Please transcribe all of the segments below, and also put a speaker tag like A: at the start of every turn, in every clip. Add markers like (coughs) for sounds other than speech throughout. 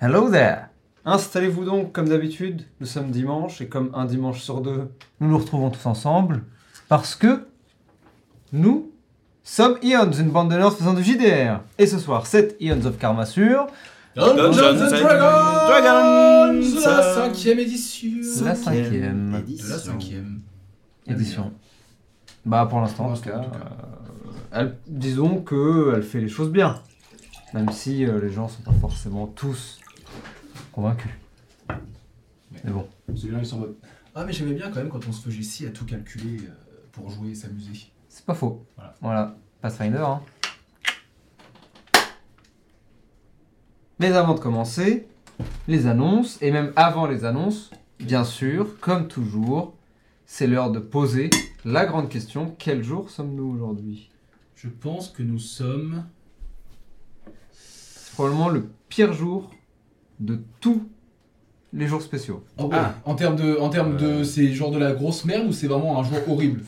A: Hello there
B: Installez-vous donc comme d'habitude, nous sommes dimanche et comme un dimanche sur deux,
A: Nous nous retrouvons tous ensemble parce que nous sommes Ions, une bande de nerds faisant du JDR. Et ce soir, c'est Ions of Karma sur
C: Dungeons and Dragons
D: La cinquième édition
A: la cinquième
D: La cinquième.
A: édition. Bah pour l'instant,
D: Pour
A: en tout cas,
D: l'instant,
A: euh,
B: elle- disons qu'elle fait les choses bien. Même si euh, les gens sont pas forcément tous
A: convaincu. Mais bon,
C: Celui-là, ils sont en mode.
D: Ah mais j'aimais bien quand même quand on se faisait si à tout calculer euh, pour jouer et s'amuser.
A: c'est pas faux.
D: Voilà.
A: Voilà, Pathfinder. Hein.
B: Mais avant de commencer, les annonces, et même avant les annonces, bien sûr, comme toujours, c'est l'heure de poser la grande question, quel jour sommes-nous aujourd'hui
E: Je pense que nous sommes.
B: C'est probablement le pire jour de tous les jours spéciaux.
D: Oh, ouais. En termes de, en termes
E: Euh.
D: de, c'est genre de la grosse merde ou c'est vraiment un jour horrible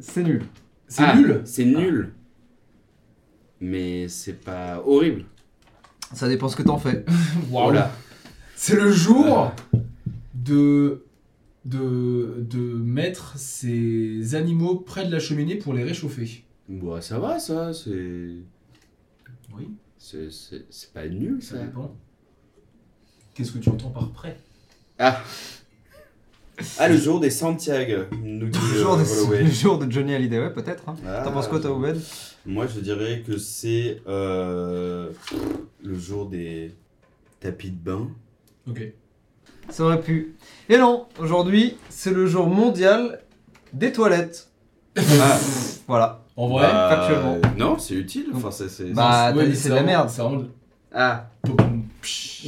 B: C'est nul.
D: C'est
C: Ah.
D: nul.
C: C'est nul. Mais c'est pas horrible.
B: Ça dépend ce que t'en fais.
D: Waouh.
C: Oula.
D: C'est le jour de, de, de mettre ces animaux près de la cheminée pour les réchauffer.
C: Bon, ça va, ça. C'est.
D: Oui,
C: C'est, c'est- c'est pas nul, ça.
D: ça dépend. Qu'est-ce que tu entends par près
C: Ah. Ah, le jour des Santiago. Nous dit
B: (laughs) Le
C: euh,
B: jour, de,
C: Holloway.
B: le jour de Johnny Hallyday, ouais, peut-être. hein.
C: Ah.
B: T'en penses quoi, toi, Obed
C: Moi, je dirais que c'est euh, le jour des tapis de bain.
D: Ok.
B: Ça aurait pu. Et non, aujourd'hui, c'est le jour mondial des toilettes.
C: Ah,
B: Voilà.
D: En vrai.
C: bah,
B: factuellement.
C: Non, c'est utile. Enfin, c'est, c'est-
B: Bah,
D: ouais,
B: t'as
D: mais
B: dit c'est de la
D: vraiment-
B: merde.
D: C'est vraiment de-
C: Ah,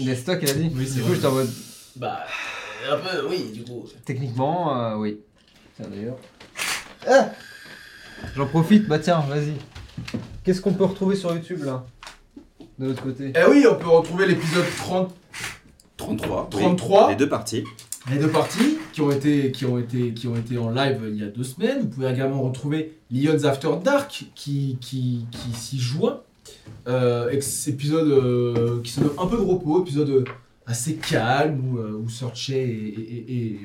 B: Des stocks, il a dit.
D: Oui, c'est
B: du coup,
D: vrai.
B: j'étais en mode.
D: Bah, un peu, oui, du coup.
B: Techniquement, euh, oui. Tiens, d'ailleurs. Ah J'en profite, bah tiens, vas-y. Qu'est-ce qu'on peut retrouver sur YouTube, là De l'autre côté.
D: Eh oui, on peut retrouver l'épisode 30,
C: 33. oui.
D: 33.
C: Les deux parties.
D: les deux parties, qui ont, été, qui, ont été, qui ont été en live il y a deux semaines. Vous pouvez également retrouver Lions After Dark, qui, qui, qui s'y joint. Euh, ex- épisode euh, qui se donne un peu de repos, épisode euh, assez calme, où, euh, où Sorche et, et, et,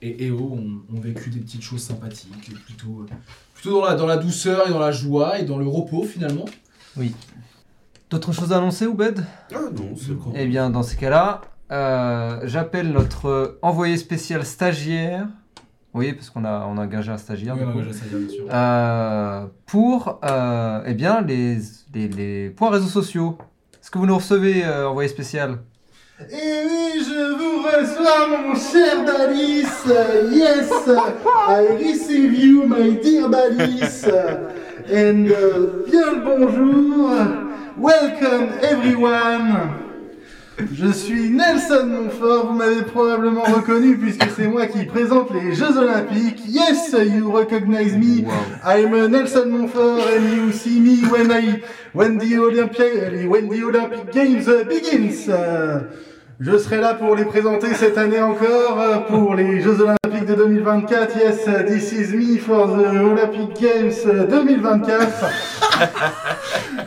D: et, et Eo ont, ont vécu des petites choses sympathiques, plutôt, euh, plutôt dans, la, dans la douceur et dans la joie et dans le repos finalement.
B: D'autres choses à annoncer, Oubed
C: Ah non, c'est bon.
B: Eh bien, dans ces cas-là, euh, j'appelle notre euh, envoyé spécial stagiaire. Oui, parce qu'on a, on a engagé un stagiaire.
D: Oui,
B: du
D: on a
B: coup.
D: déjà ça, bien sûr.
B: Euh, pour euh, eh bien, les, les, les points réseaux sociaux. Est-ce que vous nous recevez, euh, envoyé spécial
F: Et oui, je vous reçois, mon cher Balis. Uh, Yes, I receive you, my dear Balis. And uh, bien le bonjour. Welcome, everyone. Je suis Nelson Montfort, vous m'avez probablement reconnu puisque c'est moi qui présente les Jeux Olympiques. Yes, you recognize me. I'm uh, Nelson Montfort and you see me when I when the Olympi- when the Olympic Games uh, begins. Uh, je serai là pour les présenter cette année encore euh, pour les Jeux Olympiques de 2024. Yes, uh, this is me for the Olympic Games uh, 2024.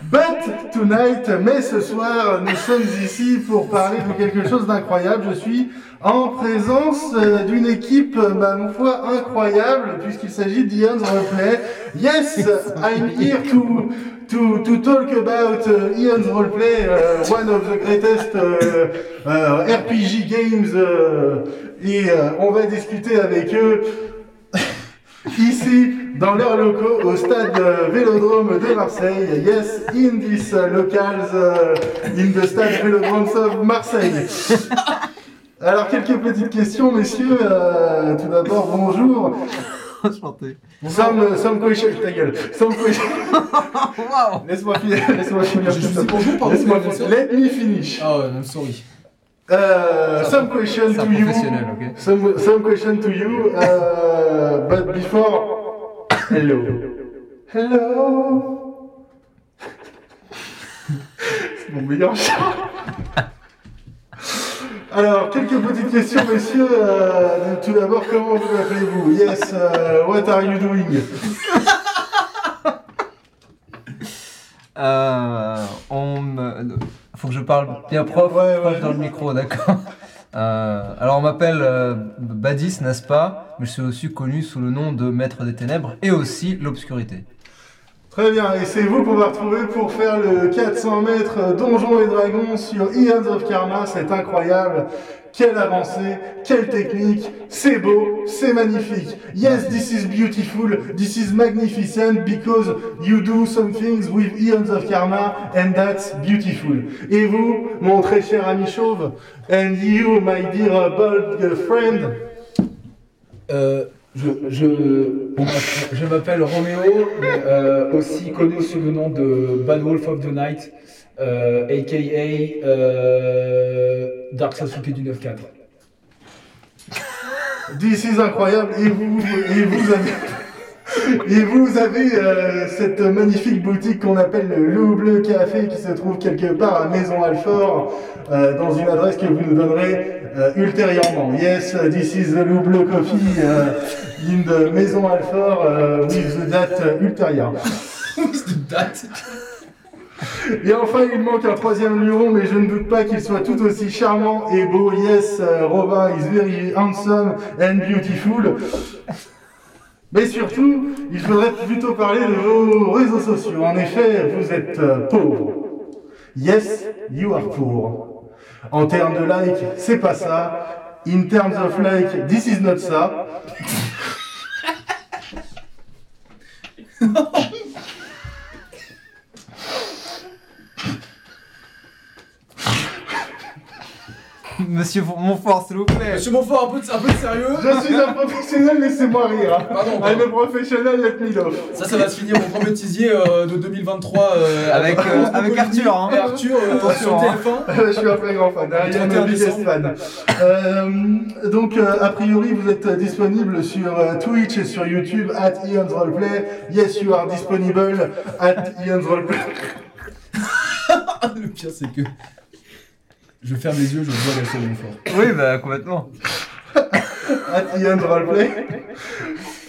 F: But tonight, mais ce soir, nous sommes ici pour parler de quelque chose d'incroyable. Je suis en présence euh, d'une équipe, euh, ma foi, incroyable, puisqu'il s'agit d'Ion's Replay. Yes, I'm here to, to, to talk about uh, Ian's Roleplay, uh, one of the greatest uh, uh, RPG games, uh, et uh, on va discuter avec eux ici dans leurs locaux au stade euh, Vélodrome de Marseille. Yes, in this uh, locals, euh, in the stade Vélodrome of Marseille. Alors, quelques petites questions, messieurs. Euh, tout d'abord, bonjour.
B: (laughs) Enchanté.
F: Some, some question, ta gueule. Some question. Laisse-moi finir. (laughs) Laisse-moi finir.
D: Je je dis bonjour, pardon,
F: Laisse-moi
D: mais-
F: finir. Let me finish.
D: Ah ouais, I'm sorry.
F: Euh, some question
B: C'est un
F: to you.
B: professionnel, ok
F: Some, some question to you. Uh, but before. Hello. Hello. C'est mon meilleur chat. Alors, quelques petites questions, messieurs. Euh, tout d'abord, comment vous appelez-vous Yes, euh, what are you doing
B: Euh, on me- faut que je parle bien prof,
F: Ouais, ouais.
B: prof dans le micro, d'accord. Euh, alors on m'appelle euh, Badis, n'est-ce pas Mais je suis aussi connu sous le nom de Maître des Ténèbres et aussi l'Obscurité.
F: Très bien, et c'est vous qu'on va retrouver pour faire le 400 mètres euh, Donjons et Dragons sur Eons of Karma, c'est incroyable. Quelle avancée, quelle technique, c'est beau, c'est magnifique. Yes, this is beautiful, this is magnificent because you do some things with Eons of Karma and that's beautiful. Et vous, mon très cher ami chauve, and you, my dear bold friend,
D: Euh, je je, on m'appelle- je m'appelle Roméo, mais, euh, aussi connu sous le nom de Bad Wolf of the Night, euh, aka euh, Dark Sasuke du 9-4.
F: This is incroyable et vous et vous avez et vous avez euh, cette magnifique boutique qu'on appelle le Loup Bleu Café qui se trouve quelque part à Maison Alfort euh, dans une adresse que vous nous donnerez euh, ultérieurement. Yes, this is the Loup Bleu Coffee euh, in the Maison Alfort euh, with the date euh, ultérieure.
D: (laughs) Cette date
F: Et enfin, il manque un troisième luron, mais je ne doute pas qu'il soit tout aussi charmant et beau. Yes, euh, Robin is very handsome and beautiful. Mais surtout, il faudrait plutôt parler de vos réseaux sociaux. En effet, vous êtes euh, pauvre. Yes, you are poor. En termes de like, c'est pas ça. In terms of like, this is not ça.
B: (laughs) Monsieur Monfort, s'il vous plaît.
D: Monsieur Monfort, un peu, de- un peu de sérieux
F: Je suis un professionnel, laissez-moi rire.
D: Pardon, pardon.
F: I'm a professional, let me laugh.
D: Ça, ça va se finir au premier teasier euh, de 2023 euh,
B: Avec, euh,
D: Cosmopolitan
B: avec Arthur, hein.
D: et Arthur euh,
B: Attention,
D: sur
B: hein.
D: TF1.
F: (laughs) je suis un très grand fan. Ariane,
D: 31
F: biggest fan. Euh, donc, euh, a priori, vous êtes euh, disponible sur euh, Twitch et sur YouTube, at Ian's Roleplay. Yes, you are disponible, at Ian's Roleplay.
D: Ah, Le pire, c'est que je ferme les yeux, je vois Monsieur Monfort.
B: Oui, bah complètement. (laughs)
F: at Ian's Roleplay,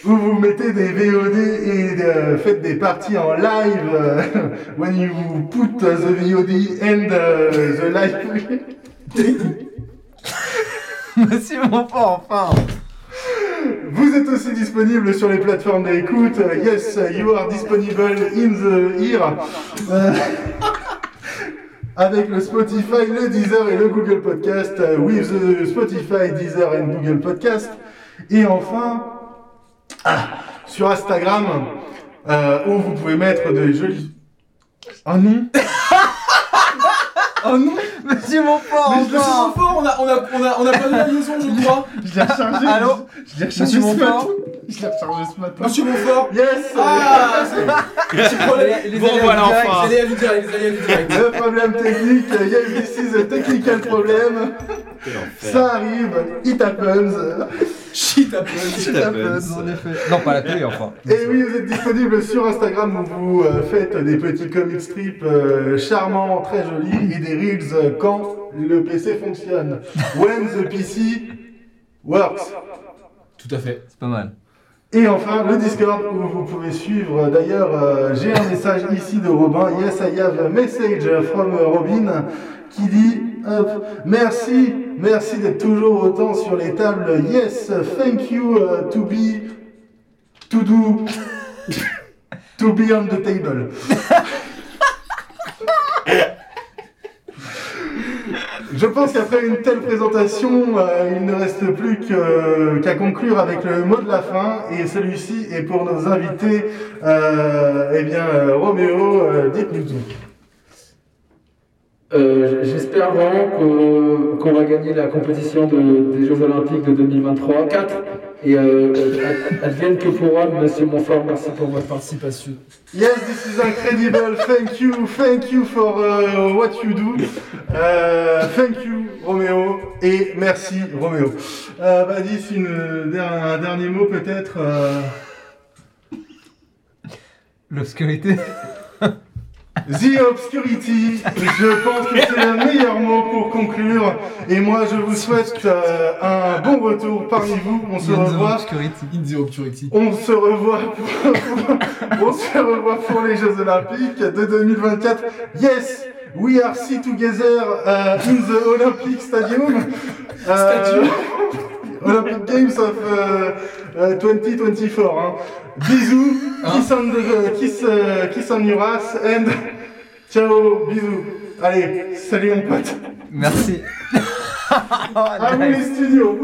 F: où vous mettez des VOD et euh, faites des parties en live. euh, (laughs) when you put euh, the VOD and euh, the live.
B: Monsieur Monfort, enfin.
F: Vous êtes aussi disponible sur les plateformes d'écoute. Euh, Yes, you are disponible in the ear. Euh, (laughs) avec le Spotify, le Deezer et le Google Podcast. euh, With the Spotify, Deezer and Google Podcast. Et enfin, ah, sur Instagram, euh, où vous pouvez mettre de jolis. Oh non
B: Oh non, Monsieur Monfort,
D: Monsieur
B: enfin.
D: Monfort, on a, on a, on a, on a pas de la liaison, je crois.
F: Je l'ai rechargé
B: Allô
F: Je l'ai rechargé
B: Monsieur
F: ce matin
B: Monfort.
F: Je l'ai rechargé ce matin
D: Monsieur Monfort.
F: Yes
D: Ah, c'est- tu prends les- les
B: Bon,
D: allées à
B: voilà,
D: du direct,
B: enfin.
D: les allées à du direct, les allées à du direct.
F: Le problème technique, yes, this is a technical problem.
C: Quel enfer.
F: Ça arrive, it happens.
D: Shit, après.
C: Shit happens.
B: Non, pas la télé, enfin.
F: Et oui, vous êtes disponible sur Instagram où vous euh, faites des petits comic strips euh, charmants, très jolis, et des reels euh, quand le PC fonctionne. When the PC works.
D: Tout à fait.
B: C'est pas mal.
F: Et enfin, le Discord où vous pouvez suivre. D'ailleurs, euh, j'ai un message ici de Robin. Yes, I have a message from Robin qui dit hop, merci, merci d'être toujours autant sur les tables. Yes, thank you euh, to be, to do, (laughs) to be on the table. Je pense qu'après une telle présentation, euh, il ne reste plus que- euh, qu'à conclure avec le mot de la fin. Et celui-ci est pour nos invités. Euh, eh bien, euh, Roméo, euh, dites-nous tout.
G: Euh, J'espère vraiment qu'on qu'on va gagner la compétition de- des Jeux Olympiques de 2023-4. Et euh, ad- advienne que pourra, monsieur Montfort, merci pour votre partie.
D: Participation.
F: Yes, this is incredible. Thank you, thank you for euh, what you do. Euh, thank you, Roméo. Et merci, Roméo. Euh, Badis, une, der- un dernier mot peut-être. euh,
B: L'obscurité.
F: The Obscurity, je pense que c'est le meilleur mot pour conclure. Et moi, je vous souhaite euh, un bon retour parmi vous. On se
B: Ian the
F: revoit.
B: Obscurity.
D: In the obscurity.
F: On se revoit pour, on se revoit pour les Jeux Olympiques de 2024. Yes, We are see together uh, in the Olympic Stadium. Uh,
D: Stadium.
F: Olympic Games of uh, uh, 2024. hein. Bisous, kiss, on the- kiss, uh, kiss on your ass and ciao, bisous. Allez, salut mon pote. Ah
B: Merci. Oh,
F: À vous
B: nice.
F: les studios.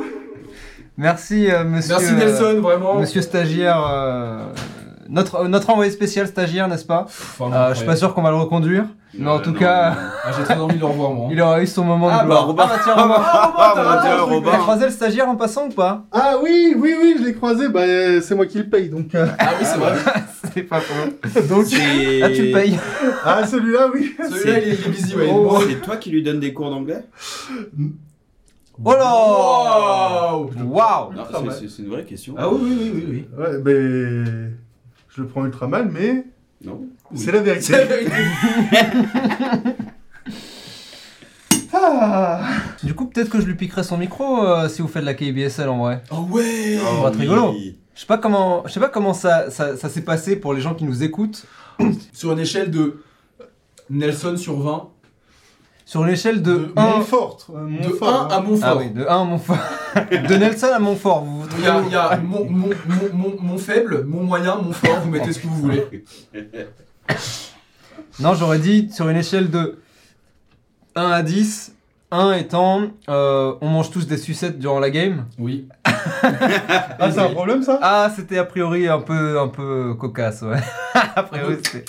B: Merci, euh, monsieur.
D: Merci
B: euh,
D: Nelson, vraiment.
B: Monsieur stagiaire, euh, notre, euh, notre envoyé spécial stagiaire, n'est-ce pas
D: Pff, vraiment
B: Euh, Je suis pas
D: incroyable.
B: sûr qu'on va le reconduire, mais en
C: Euh,
B: tout
C: non,
B: cas,
C: non, non.
D: Ah, J'ai très envie de le revoir, moi.
B: il aura eu son moment
D: Ah,
B: de
D: bah,
B: gloire.
C: Robin.
B: Ah, bah, tiens, Robin.
C: Ah, mon
D: t'as
C: dieu,
D: raison,
B: T'as
C: Robin
B: croisé le stagiaire en passant ou
F: (laughs)
B: pas
F: Ah oui, oui, oui, je l'ai croisé. Bah, euh, c'est moi qui le paye donc. euh,
D: Ah oui, c'est vrai.
B: C'est pas faux.
F: donc
C: C'est-
B: Ah, tu le payes.
F: ah celui-là, oui.
D: Celui-là, il est il est busy, ouais. il est
C: Oh,
D: bourré.
C: C'est toi qui lui donne des cours d'anglais
B: Oh là
D: Wow.
B: Waouh
C: Non,
F: mal.
C: c'est- c'est c'est une vraie question.
D: Ah oui, oui, oui, oui, oui.
F: Ouais, ben, je le prends ultra mal, mais
C: Non
F: c'est la vérité.
D: (laughs) C'est la vérité.
F: Ah.
B: Du coup, peut-être que je lui piquerai son micro euh, si vous faites de la KBSL en vrai.
D: Oh ouais
B: va être rigolo. Je sais pas comment, je sais pas comment ça, ça, ça s'est passé pour les gens qui nous écoutent.
D: Sur une échelle de Nelson sur 20,
B: Sur une échelle de,
F: De
B: 1
F: Montfort. euh,
D: de
F: Montfort,
D: 1 à
F: hein.
D: Montfort.
B: Ah oui, de 1 à Montfort. (laughs) de Nelson à Montfort, vous vous
D: Il
B: trouvez
D: y a,
B: où
D: il y a mon, mon- mon- mon- mon faible, mon moyen, mon fort, vous mettez ce que vous voulez.
B: Non, j'aurais dit sur une échelle de 1 à 10, 1 étant euh, on mange tous des sucettes durant la game.
D: Oui.
F: Ah, c'est un problème ça
B: Ah, c'était a priori un peu, un peu cocasse, ouais. (laughs) a priori, c'était.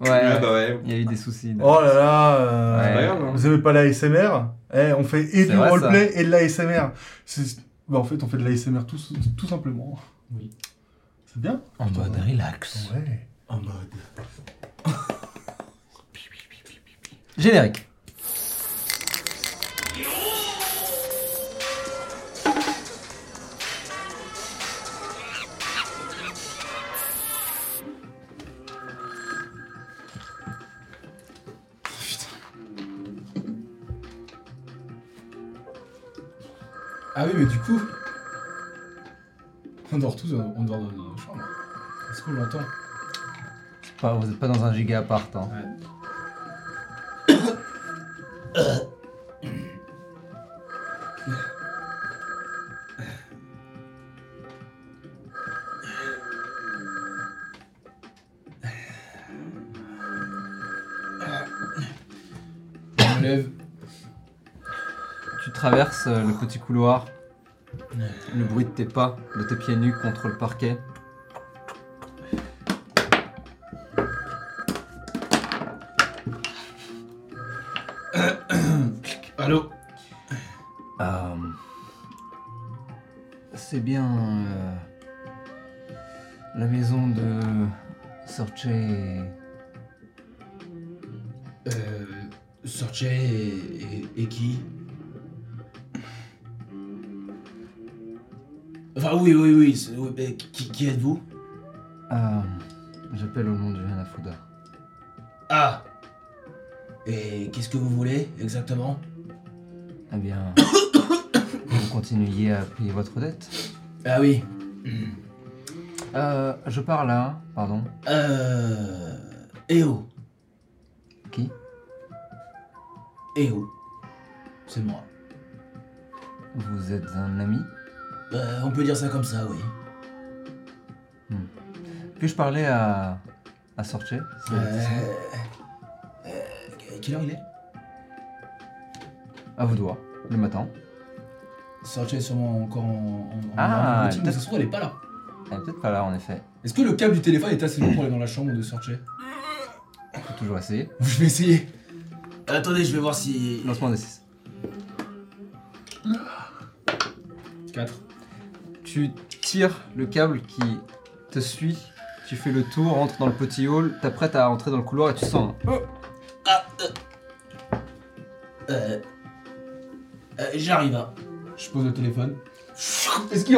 B: Ouais,
C: Ah
B: ouais.
C: bah ouais.
B: il y a eu des soucis.
F: Oh là là. euh,
B: Ouais.
C: Pas grave, hein.
F: Vous aimez pas l'ASMR Eh, on fait et
B: C'est
F: du
B: vrai, ça.
F: roleplay et de l'ASMR. C'est- Bah, en fait, on fait de l'ASMR tout, tout simplement.
D: Oui.
F: C'est bien
B: En mode relax.
F: Ouais.
D: En mode.
B: Générique.
D: Ah oui, mais du coup. On dort tous, on on dort dans nos chambres. Est-ce qu'on l'entend
B: Pas- vous êtes pas dans un giga appart. Hein.
D: Je me lève.
B: Tu traverses euh, le petit couloir. Le bruit de tes pas, de tes pieds nus contre le parquet.
H: Allô
B: Euh, C'est bien euh, la maison de Sorche.
H: Euh. Sorche et, et- et qui Enfin, oui, oui, oui. c'est- oui, mais qui, qui êtes-vous
B: Euh, J'appelle au nom de Yana Fuda.
H: Ah Et qu'est-ce que vous voulez exactement
B: Eh bien, (coughs) vous continuez à payer votre dette.
H: Ah oui.
B: Euh, je parle à, pardon,
H: Euh. Eo.
B: Qui
H: Eo. C'est moi.
B: vous êtes un ami.
H: Euh, on peut dire ça comme ça, oui.
B: Puis-je parler à, à Sorche s'il vous plaît
H: Euh, euh, quelle heure il est
B: À vos doigts, le matin.
H: Sorche est sûrement encore en. en- en-
B: Ah,
H: en routine, mais
B: peut-être-
H: ça se trouve, elle est pas là.
B: Elle est Eh, peut-être pas là, en effet.
D: Est-ce que le câble du téléphone est assez long pour aller dans la chambre de Sorche
B: Faut toujours essayer.
D: Je vais essayer.
H: Euh, Attendez, je vais voir si.
B: Lancement des 6.
D: 4.
B: Tu tires le câble qui te suit, tu fais le tour, rentres dans le petit hall, t'apprêtes à entrer dans le couloir et tu sens.
H: Euh, euh, J'arrive. hein.
D: Je pose le téléphone. Est-ce qu'il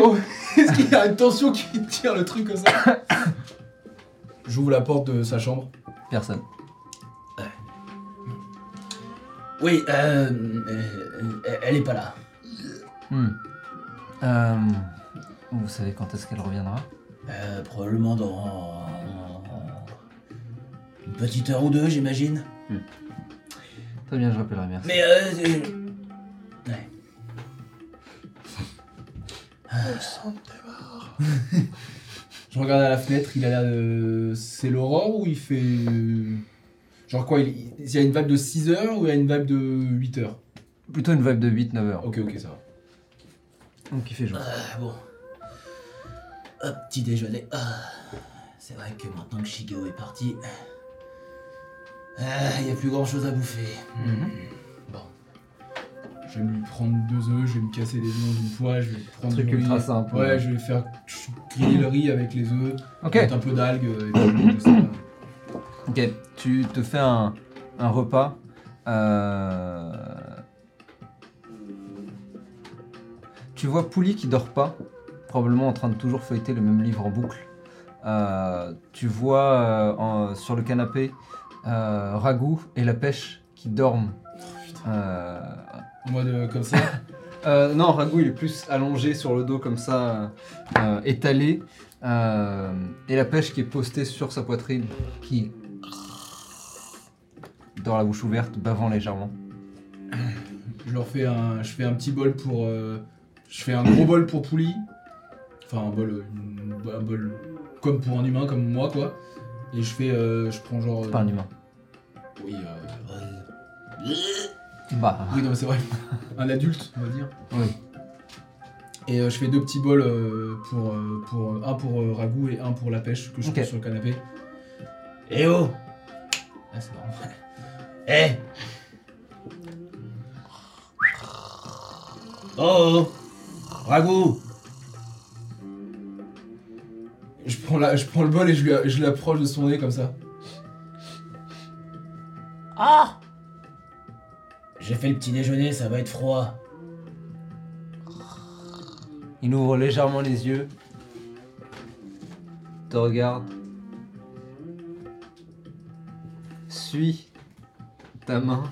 D: est-ce qu'il y a (laughs) une tension qui tire le truc comme ça (coughs) J'ouvre la porte de sa chambre.
B: Personne.
H: Oui, euh, euh, euh, elle est pas là.
B: Hmm. Euh, vous savez quand est-ce qu'elle reviendra
H: Euh, probablement dans. Une petite heure ou deux, j'imagine.
B: Hmm. Très bien, je rappellerai, merci.
I: Mais euh, euh, (laughs)
D: Ah.
I: Oh,
D: (laughs) Je regarde à la fenêtre, il a l'air de. C'est l'aurore ou il fait. euh, Genre quoi Il il y a une vague de 6 heures ou il y a une vague de 8 heures
B: Plutôt une vibe de 8-9 heures.
D: Ok, ok, ça va.
B: Donc il fait jour.
I: ah, bon. Hop, petit déjeuner. Ah, c'est vrai que maintenant que Shigeo est parti, ah, il n'y a plus grand chose à bouffer.
D: Mhm. Euh, Je vais lui prendre deux œufs, je vais me casser les œufs dans une poêle, je vais prendre
B: Truc
D: du riz.
B: ultra simple.
D: Ouais, je vais faire griller le riz avec les œufs,
B: euh, Ok.
D: mettre un peu d'algues euh, et puis je sais pas.
B: Ok, tu te fais un, un repas. euh, Tu vois Pouli qui dort pas, probablement en train de toujours feuilleter le même livre en boucle. Euh, tu vois euh, en- sur le canapé euh, Ragout et la pêche qui dorment. Euh,
D: En mode euh, comme ça.
B: euh, non, Ragout il est plus allongé sur le dos comme ça, euh, euh, étalé. euh, et la pêche qui est postée sur sa poitrine, qui dort la bouche ouverte, bavant légèrement.
D: Je leur fais un, je fais un petit bol pour, euh, je fais un gros bol pour Pouli, enfin un bol, euh, une- un bol comme pour un humain comme moi quoi. Et je fais, euh, je prends genre,
B: C'est pas un humain.
D: oui, euh,
B: Bah,
D: oui non mais c'est vrai, (laughs) un adulte on va dire.
B: Oui.
D: Et euh, je fais deux petits bols euh, pour, euh, pour euh, un pour euh, ragoût et un pour la pêche que je
B: Ok.
D: pose sur le canapé.
I: Eh oh
D: Ah c'est marrant.
I: (laughs) Eh Oh, oh. Ragout
D: Je prends la, je prends le bol et je lui, je l'approche de son nez comme ça.
I: Ah J'ai fait le petit déjeuner, ça va être froid.
B: il ouvre légèrement les yeux, te regarde, suit ta main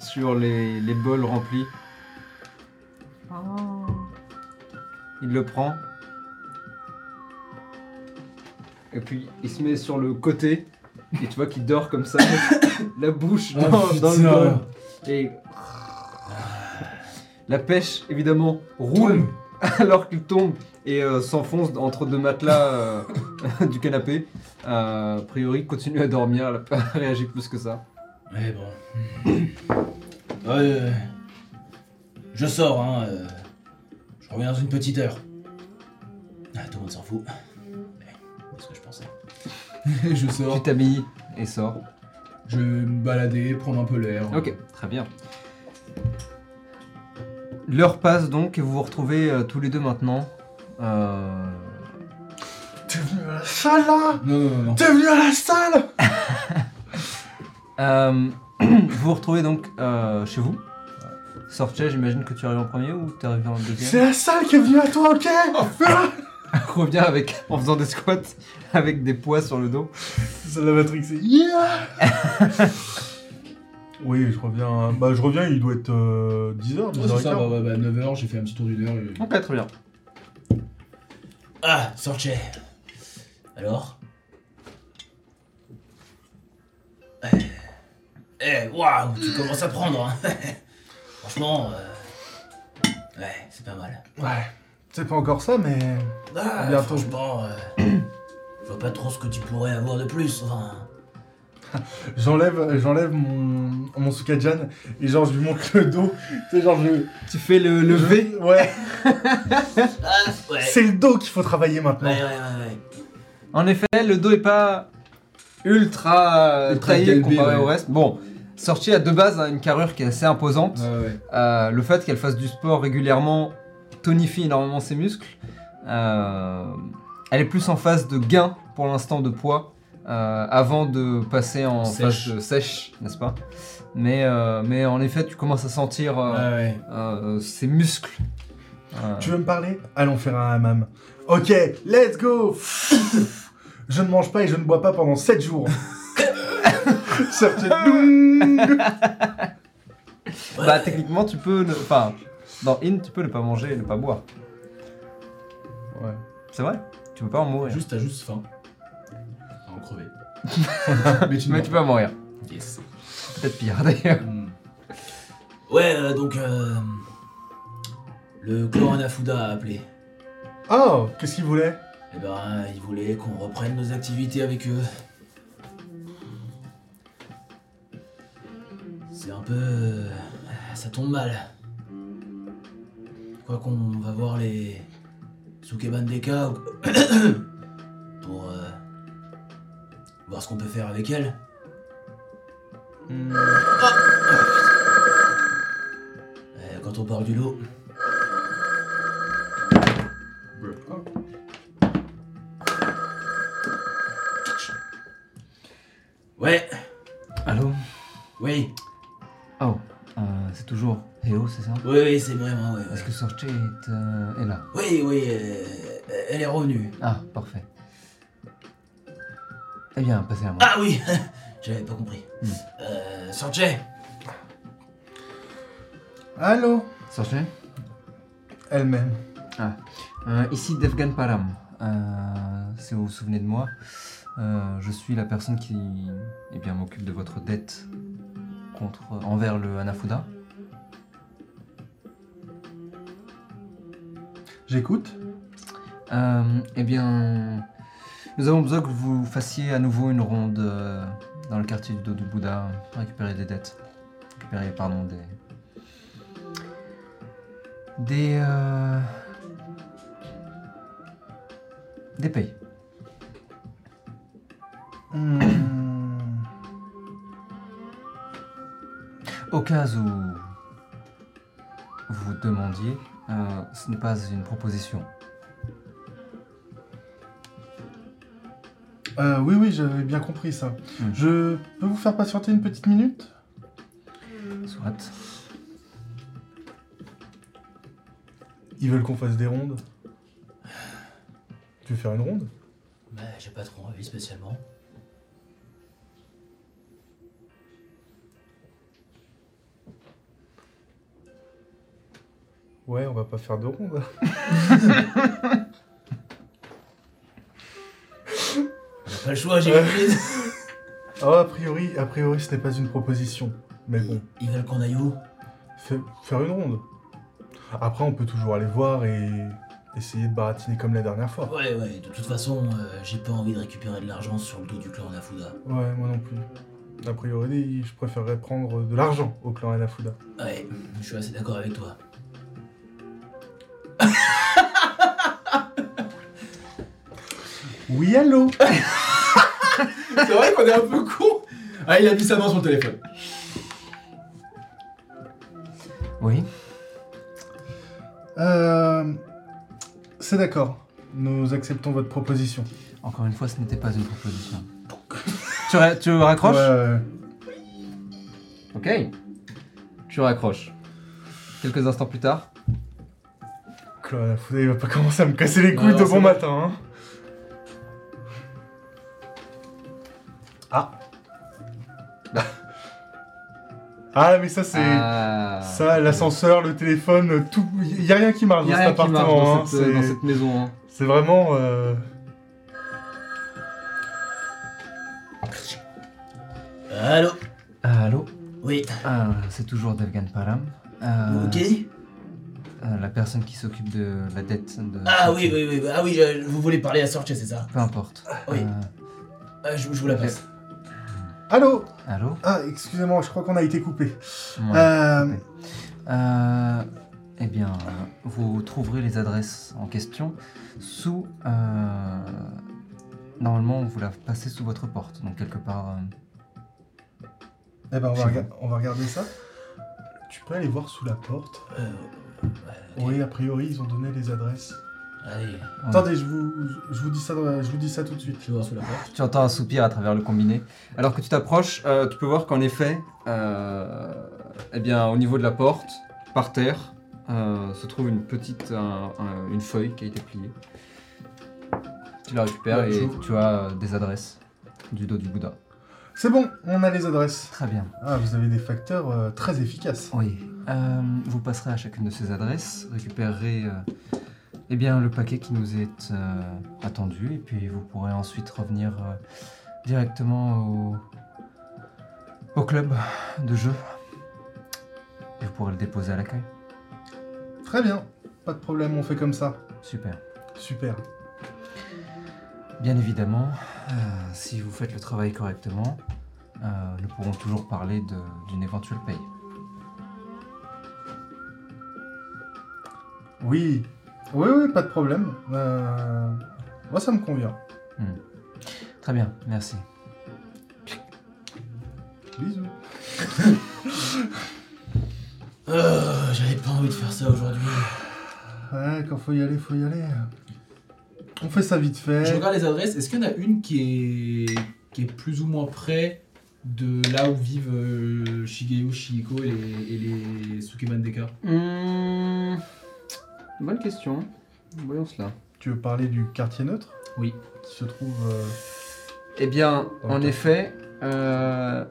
B: sur les, les bols remplis. Il le prend. Et puis il se met sur le côté. Et tu vois qu'il dort comme ça, (coughs) la bouche dans, dans le bol. Et. La pêche, évidemment, roule (laughs) alors qu'il tombe et euh, s'enfonce entre deux matelas euh, (laughs) du canapé. Euh, a priori, continue à dormir, elle n'a pas (laughs) réagi plus que ça.
I: Mais bon. Euh, je sors, hein. euh, je reviens dans une petite heure. Ah, tout le monde s'en fout. Mais, c'est ce que je pensais.
D: (laughs) je
B: Tu
D: sors,
B: t'habilles et sors.
D: je vais me balader, prendre un peu l'air.
B: Ok, très bien. L'heure passe donc et vous vous retrouvez euh, tous les deux maintenant. euh,
F: T'es venu à la salle là
D: Non non non non.
F: T'es venu à la salle
B: euh, (clears throat) vous vous retrouvez donc euh, chez vous. Sortez, j'imagine que tu arrives en premier ou tu arrives en deuxième
F: C'est la salle qui est venue à toi, ok
B: (laughs) revient avec, en faisant des squats avec des poids sur le dos.
F: C'est la Matrix, c'est yeah (laughs) Oui, je reviens. Bah, je reviens, il doit être euh, 10h,
D: Ouais, c'est ça, bah, 9h, j'ai fait un petit tour d'une heure. et-
B: Ok, très bien.
I: Ah, Sorche Alors Eh, Eh, waouh, tu commences à prendre, hein. (laughs) Franchement, euh, ouais, c'est pas mal.
F: Ouais. C'est pas encore ça, mais.
I: Ah,
F: Bientôt.
I: franchement, euh, je vois pas trop ce que tu pourrais avoir de plus, enfin...
F: J'enlève j'enlève mon, mon Sukajan et genre, je lui montre le dos. Tu sais, genre, je.
B: Tu fais le, le
F: je-
B: V.
F: (laughs) Ouais.
I: Ah, ouais.
F: C'est le dos qu'il faut travailler maintenant.
I: Ouais, ouais, ouais, ouais.
B: En effet, le dos est pas ultra euh,
D: Ultra
B: taillé
D: calbé,
B: comparé
D: ouais.
B: au reste. Bon, sorti à deux bases hein, une carrure qui est assez imposante.
D: Ouais, ouais.
B: Euh, le fait qu'elle fasse du sport régulièrement tonifie énormément ses muscles. Euh, elle est plus en phase de gain pour l'instant de poids euh, avant de passer en
D: Sèche.
B: phase de sèche, n'est-ce pas mais, euh, mais en effet, tu commences à sentir euh,
D: Ouais, ouais.
B: euh, ses muscles. Euh,
F: Tu veux me parler Allons faire un hammam. Ok, let's go (laughs) Je ne mange pas et je ne bois pas pendant 7 (laughs) jours. Sortez
B: Bah techniquement tu peux ne... Enfin, dans In tu peux ne pas manger et ne pas boire.
F: Ouais.
B: C'est vrai Tu peux pas en mourir.
D: Juste, t'as juste faim. T'as en crevé. (laughs) Mais tu
B: Mais
D: meurs.
B: tu peux en mourir.
D: Yes.
B: Peut-être pire d'ailleurs.
D: Hmm.
I: Ouais, euh, donc. euh, le clan Anafuda a appelé.
F: Oh, qu'est-ce qu'il voulait
I: Eh ben, ils voulaient qu'on reprenne nos activités avec eux. C'est un peu. euh, Ça tombe mal. Quoi qu'on va voir les. Sukeban Deka ou- (coughs) pour. euh, voir ce qu'on peut faire avec elles. Ah Ah, putain. Euh, Quand on parle du lot, ouais,
B: Allô
I: oui,
B: Oh, euh, c'est toujours Héo, c'est ça
I: oui, oui, c'est vrai, moi, ouais, ouais.
B: Est-ce que Sorche est, euh, est là
I: Oui, oui, euh, elle est revenue.
B: Ah, parfait. Eh bien, passez à moi.
I: Ah oui, (laughs) j'avais pas compris.
B: Hmm.
I: Euh, Sanchez
F: Allô
B: Sorche
F: Elle-même.
B: Euh, ici Devgan Param. Euh, si vous vous souvenez de moi, euh, je suis la personne qui eh bien, m'occupe de votre dette contre, envers le Hanafuda.
F: J'écoute.
B: Euh, eh bien, nous avons besoin que vous fassiez à nouveau une ronde euh, dans le quartier du dos du Bouddha, récupérer des dettes. Récupérer, pardon, des. Des. euh, des pays.
F: Hmm.
B: Au cas où vous demandiez, euh, ce n'est pas une proposition.
F: Euh, oui, oui, j'avais bien compris ça.
B: Mm.
F: Je peux vous faire patienter une petite minute
B: Soit.
F: Ils veulent qu'on fasse des rondes. Tu veux faire une ronde
I: Bah, j'ai pas trop envie spécialement.
F: Ouais, on va pas faire de ronde.
I: J'ai pas le choix,
B: (laughs)
I: j'ai compris.
F: Oh, a priori, a priori, ce n'est pas une proposition. Mais bon,
I: Ils veulent qu'on aille où
F: fais- faire une ronde. Après, on peut toujours aller voir et essayer de baratiner comme la dernière fois.
I: Ouais, ouais, de toute façon, euh, j'ai pas envie de récupérer de l'argent sur le dos du clan Nafuda.
F: Ouais, moi non plus. A priori, je préférerais prendre de l'argent au clan Anafuda.
I: Ouais, je suis assez d'accord avec toi.
F: Oui, allô
D: C'est vrai qu'on est un peu con. Ah, il a mis sa main sur le téléphone.
B: Oui.
F: Euh, C'est d'accord. Nous acceptons votre proposition.
B: Encore une fois, ce n'était pas une proposition. tu, ra- tu raccroches
F: Ouais.
B: Ok. Tu raccroches. Quelques instants plus tard.
F: Claude Lafouda, il va pas commencer à me casser les couilles
D: non,
F: de
D: c'est
F: bon
D: bon.
F: matin. Hein. Ah. Ah, mais ça, c'est.
B: Ah.
F: Ça, l'ascenseur, le téléphone, euh, tout. Y a rien qui marche
B: Il y
F: dans
B: a
F: cet
B: rien qui marche
F: appartement.
B: dans
F: hein.
B: cette, dans
F: C'est-
B: cette maison. hein.
F: C'est vraiment. euh,
I: Allô
B: Ah, allô
I: Oui,
B: Ah, C'est toujours Devgan Param. Euh,
I: ok
B: euh, la personne qui s'occupe de la dette de.
I: Ah oui, oui, oui, ah oui, je- vous voulez parler à Sorche, c'est ça
B: Peu importe.
I: Oui.
B: Euh,
I: Ah, je, je vous la passe.
F: Allô
B: allô
F: Ah, excusez-moi, je crois qu'on a été coupé.
B: Ouais.
F: Euh,
B: Euh, eh bien, euh, vous trouverez les adresses en question sous. euh, normalement, vous la passez sous votre porte, donc quelque part. euh,
F: Eh ben, on
B: Chez
F: va,
B: vous.
F: rega- on va regarder ça. Tu peux aller voir sous la porte.
I: Euh, ouais, ok.
F: Oui, a priori, ils ont donné les adresses.
I: Allez,
B: Ouais.
F: Attendez, je vous, je vous dis ça, dans- je vous dis ça tout de suite.
I: je vais voir sous la porte.
B: Tu entends un soupir à travers le combiné. Alors que tu t'approches, euh, tu peux voir qu'en effet, euh, eh bien, au niveau de la porte, par terre, euh, se trouve une petite un- un- une feuille qui a été pliée. Tu la récupères
F: Ouais,
B: et
F: j'ouvre.
B: tu as euh, des adresses du dos du Bouddha.
F: C'est bon, on a les adresses.
B: Très bien.
F: Ah, vous avez des facteurs euh, très efficaces.
B: Oui. Euh, vous passerez à chacune de ces adresses, récupérerez euh, eh bien, le paquet qui nous est euh, attendu, et puis vous pourrez ensuite revenir euh, directement au, au club de jeu. Et vous pourrez le déposer à l'accueil.
F: Très bien, pas de problème, on fait comme ça.
B: Super.
F: Super.
B: Bien évidemment, euh, si vous faites le travail correctement, euh, nous pourrons toujours parler de- d'une éventuelle paye.
F: Oui, oui, oui, pas de problème. Euh, Moi, ça me convient.
B: Très bien, merci.
F: Bisous.
I: Euh, J'avais pas envie de faire ça aujourd'hui.
F: Ouais, quand faut y aller, faut y aller. On fait ça vite
D: Je
F: fait.
D: regarde les adresses. Est-ce qu'il y en a une qui est, qui est plus ou moins près de là où vivent euh, Shigeo, Shihiko et les, et les Sukemandeka
B: Hum, Bonne question. Voyons cela.
F: Tu veux parler du quartier neutre
D: Oui.
F: Qui se trouve. euh,
B: Eh bien, en
F: Dans le quartier.
B: effet, euh,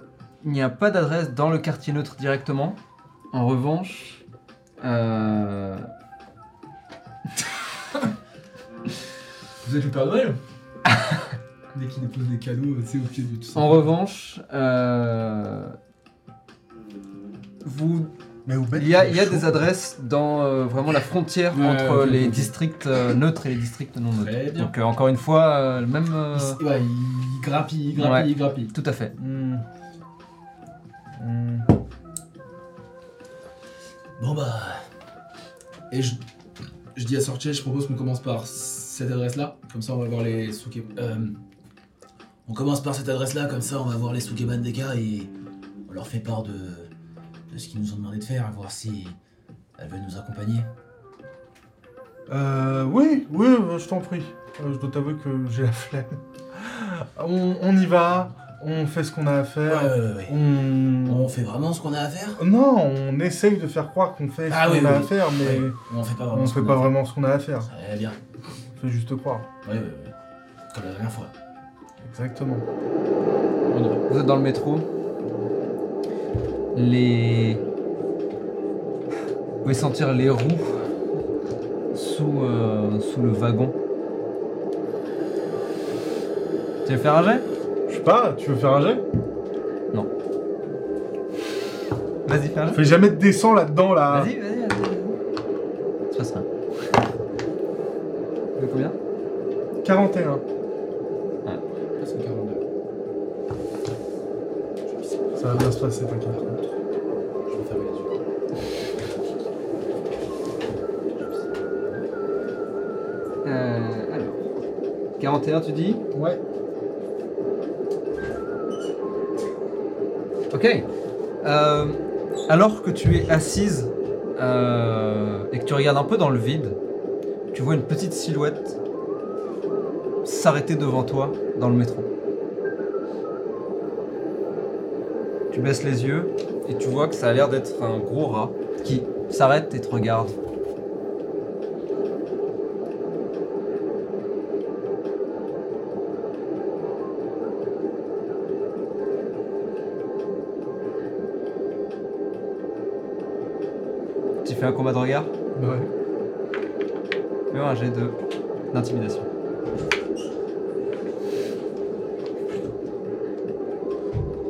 B: il n'y a pas d'adresse dans le quartier neutre directement. En revanche, euh,
D: Vous êtes le Père Noël Dès qu'il dépose des cadeaux, tu sais, au pied de tout ça.
B: en revanche, euh, vous
F: Mais au bête,
B: Il y a, il y a
F: chaud.
B: des adresses dans euh, vraiment la frontière
D: Ouais,
B: entre
D: ok,
B: les
D: ok.
B: districts euh, neutres et les districts non neutres.
D: Très bien.
B: Donc euh, encore une fois, euh, le même... euh,
D: Il, s- ouais, il grappille, il grappille,
B: Ouais.
D: il grappille.
B: tout à fait.
F: Hmm. Hmm.
I: Bon bah,
D: Et je, je dis à Sorche, je propose qu'on commence par cette adresse-là. Comme ça, on va voir les Suke.
I: euh, on commence par cette adresse-là, comme ça on va voir les Sukebandeka et on leur fait part de, de ce qu'ils nous ont demandé de faire, à voir si elles veulent nous accompagner.
F: Euh, oui, oui, euh, je t'en prie. Euh, je dois t'avouer que j'ai la flemme. On, on y va, on fait ce qu'on a à
I: Ouais,
F: faire.
I: ouais, ouais, ouais.
F: On...
I: On fait vraiment ce qu'on a à faire
F: Non, on essaye de faire croire qu'on fait ce
I: Ah
F: qu'on
I: oui,
F: a
I: oui,
F: à
I: oui.
F: faire, mais
I: Ouais. Ou on fait pas vraiment
F: on
I: ce
F: fait
I: qu'on
F: pas
I: a à
F: vraiment ce qu'on a à faire.
I: faire Très bien.
F: On fait juste croire.
I: Ouais, ouais, ouais. Comme la dernière fois.
F: Exactement.
B: Vous êtes dans le métro. Les... Vous pouvez sentir les roues sous, euh, sous le wagon. Tu veux faire un jet
F: Je sais pas, tu veux faire un jet
B: Vas-y, fais un jet.
F: Fais jamais de descend là-dedans, là.
B: Vas-y, vas-y, vas-y. vas-y. Ça se passe rien. Tu veux combien
F: 41.
D: Presque 42.
F: Ça va bien se passer, t'inquiète.
D: Je vais fermer les yeux.
B: Euh, alors. 41, tu dis
F: Ouais.
B: Ok. Euh, alors que tu es assise euh, et que tu regardes un peu dans le vide, tu vois une petite silhouette s'arrêter devant toi dans le métro. Tu baisses les yeux et tu vois que ça a l'air d'être un gros rat qui s'arrête et te regarde. Tu fais un combat de regard
F: Bah Ouais.
B: Mais un jet de d'intimidation.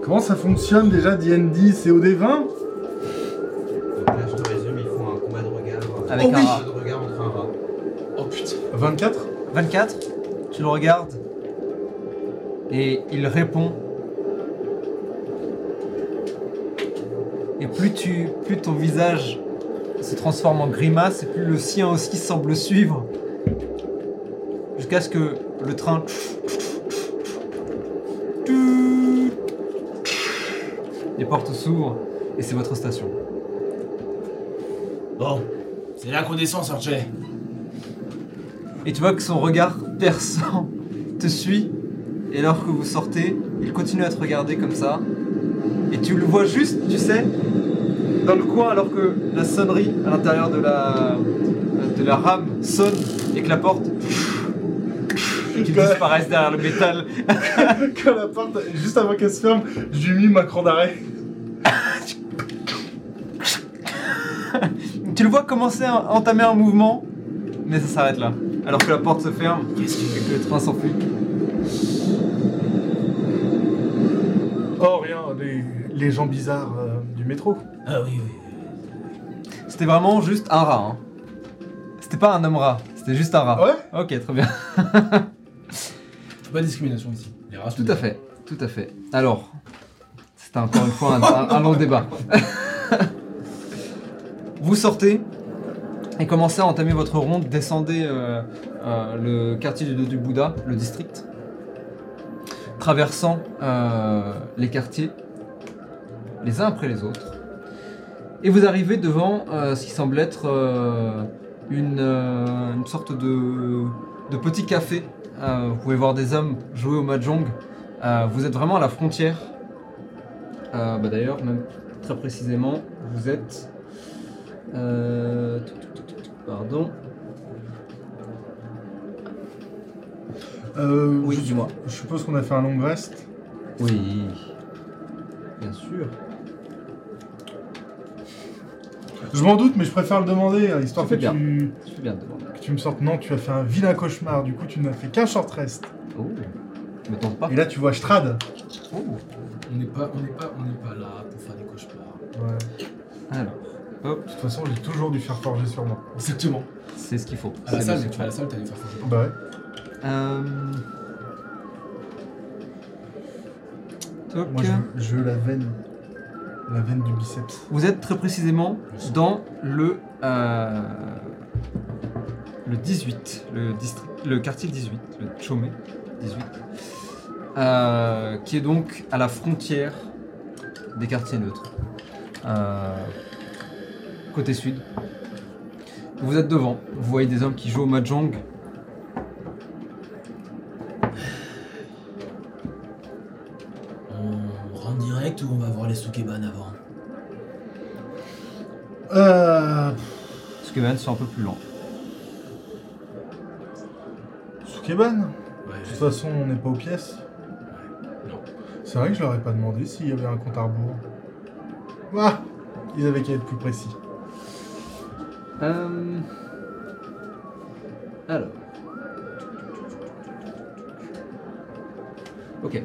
F: Comment ça fonctionne déjà D&D C'est au D20
J: Donc là, je te résume, ils font un combat de regard. euh,
B: Avec un rat.
J: combat de regard entre un rat.
D: Oh putain.
F: 24
B: 24, tu le regardes et il répond. Et plus tu, plus ton visage se transforme en grimace et plus le sien aussi semble suivre, jusqu'à ce que le train les portes s'ouvrent et c'est votre station.
I: Bon, c'est là qu'on descend, Sorche.
B: Et tu vois que son regard perçant te suit. Et alors que vous sortez, il continue à te regarder comme ça. Et tu le vois juste, tu sais, dans le coin alors que la sonnerie à l'intérieur de la, de la rame sonne et que la porte... Et qu'il disparaisse derrière le métal.
F: Quand la porte, juste avant qu'elle se ferme, j'ai mis ma cran d'arrêt.
B: Tu le vois commencer à entamer un mouvement, mais ça s'arrête là. Alors que la porte se ferme
I: Qu'est-ce que.
B: et que le train s'enfuit.
F: Oh, rien, les, les les gens bizarres euh, du métro.
K: Ah oui, oui, oui.
B: C'était vraiment juste un rat. hein. C'était pas un homme rat, c'était juste un rat.
F: Ah Ouais
B: Ok, très bien.
D: C'est pas de discrimination ici. Les races,
B: Tout à fait, tout à fait. Alors, c'était encore une fois un, un- un long débat. (laughs) Vous sortez et commencez à entamer votre ronde, descendez euh, euh, le quartier du, du Bouddha, le district, traversant euh, les quartiers les uns après les autres. Et vous arrivez devant euh, ce qui semble être euh, une, euh, une sorte de, de petit café. Euh, vous pouvez voir des hommes jouer au mahjong. Euh, vous êtes vraiment à la frontière. Euh, bah D'ailleurs, même très précisément, vous êtes. euh, pardon.
F: Euh,
B: Oui,
F: je-
B: dis-moi.
F: Je suppose qu'on a fait un long rest.
B: Oui. Bien sûr.
F: Je m'en doute, mais je préfère le demander, hein, histoire
B: Ça
F: que
B: fait bien.
F: tu,
B: Je suis bien de demander.
F: que tu me sortes. Non, tu as fait un vilain cauchemar, du coup tu n'as fait qu'un short rest.
B: Oh. Me tente pas.
F: Et là tu vois Strad.
B: Oh.
D: On n'est pas, on n'est pas, on n'est pas là pour faire des cauchemars.
F: Ouais.
B: Alors,
F: De toute façon, j'ai toujours dû faire forger sur moi.
D: Exactement.
B: c'est ce qu'il faut.
D: À la
B: C'est
D: salle,
B: le
D: mais tu vas à la salle, t'as dû faire changer.
F: Bah ouais.
B: Euh... Toc.
F: Moi je, je veux la veine. La veine du biceps.
B: Vous êtes très précisément dans le euh, le 18, le district, le quartier 18, le Chomé 18, euh, qui est donc à la frontière des quartiers neutres, euh, côté sud. Vous êtes devant, vous voyez des hommes qui jouent au mahjong.
K: On rentre direct ou on va voir les Sukeban avant
F: Euh.
B: Parce que même sont un peu plus lents.
F: Sukeban
D: Ouais,
F: De toute façon, on n'est pas aux pièces.
D: Non.
F: C'est vrai que je leur ai pas demandé s'il y avait un compte à rebours. Ah Ils avaient qu'à être plus précis.
B: Euh... Alors. Ok.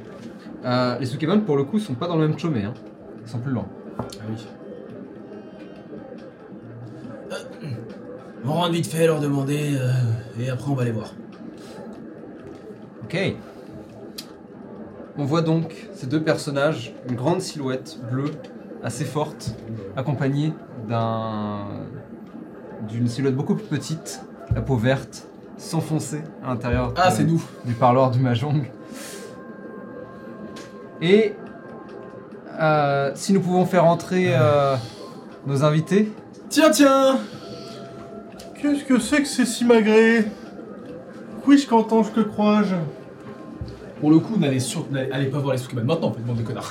B: Euh, les Sukeban, pour le coup, sont pas dans le même chômé. Hein. Ils sont plus loin.
D: Ah oui.
I: Euh,
K: On rentre vite fait, leur demander, euh, et après on va les voir.
B: Ok. On voit donc ces deux personnages, une grande silhouette bleue, assez forte, accompagnée d'un d'une silhouette beaucoup plus petite, la peau verte, s'enfoncer à l'intérieur.
D: Ah,
B: de-
D: c'est nous.
B: du parloir du Mahjong. Et euh, si nous pouvons faire entrer euh, nos invités,
D: Tiens, tiens
F: Qu'est-ce que c'est que ces simagrées Puis-je qu'entends-je que crois-je
D: Pour le coup, n'allez sur- n'allez allez pas voir les Sukeban maintenant, faites-moi des connards.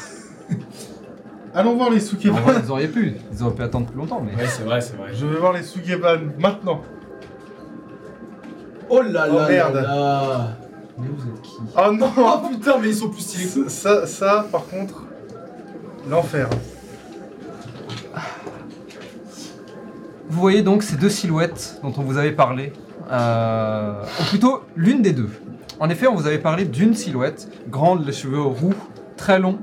F: Allons voir les
B: en vrai,
F: Sukeban.
B: ils auraient pu, ils auraient pu attendre plus longtemps, mais
D: Ouais, c'est vrai, c'est vrai.
F: (laughs) Je vais voir les Sukeban maintenant.
D: Oh là
F: Oh
D: là
F: merde.
D: là là Mais vous êtes qui
F: Oh non
D: (laughs) Oh putain, mais ils sont plus stylés que
F: Ça- ça, ça, par contre, l'enfer.
B: vous voyez donc ces deux silhouettes dont on vous avait parlé, euh, ou plutôt l'une des deux. En effet, on vous avait parlé d'une silhouette, grande, les cheveux roux, très longs.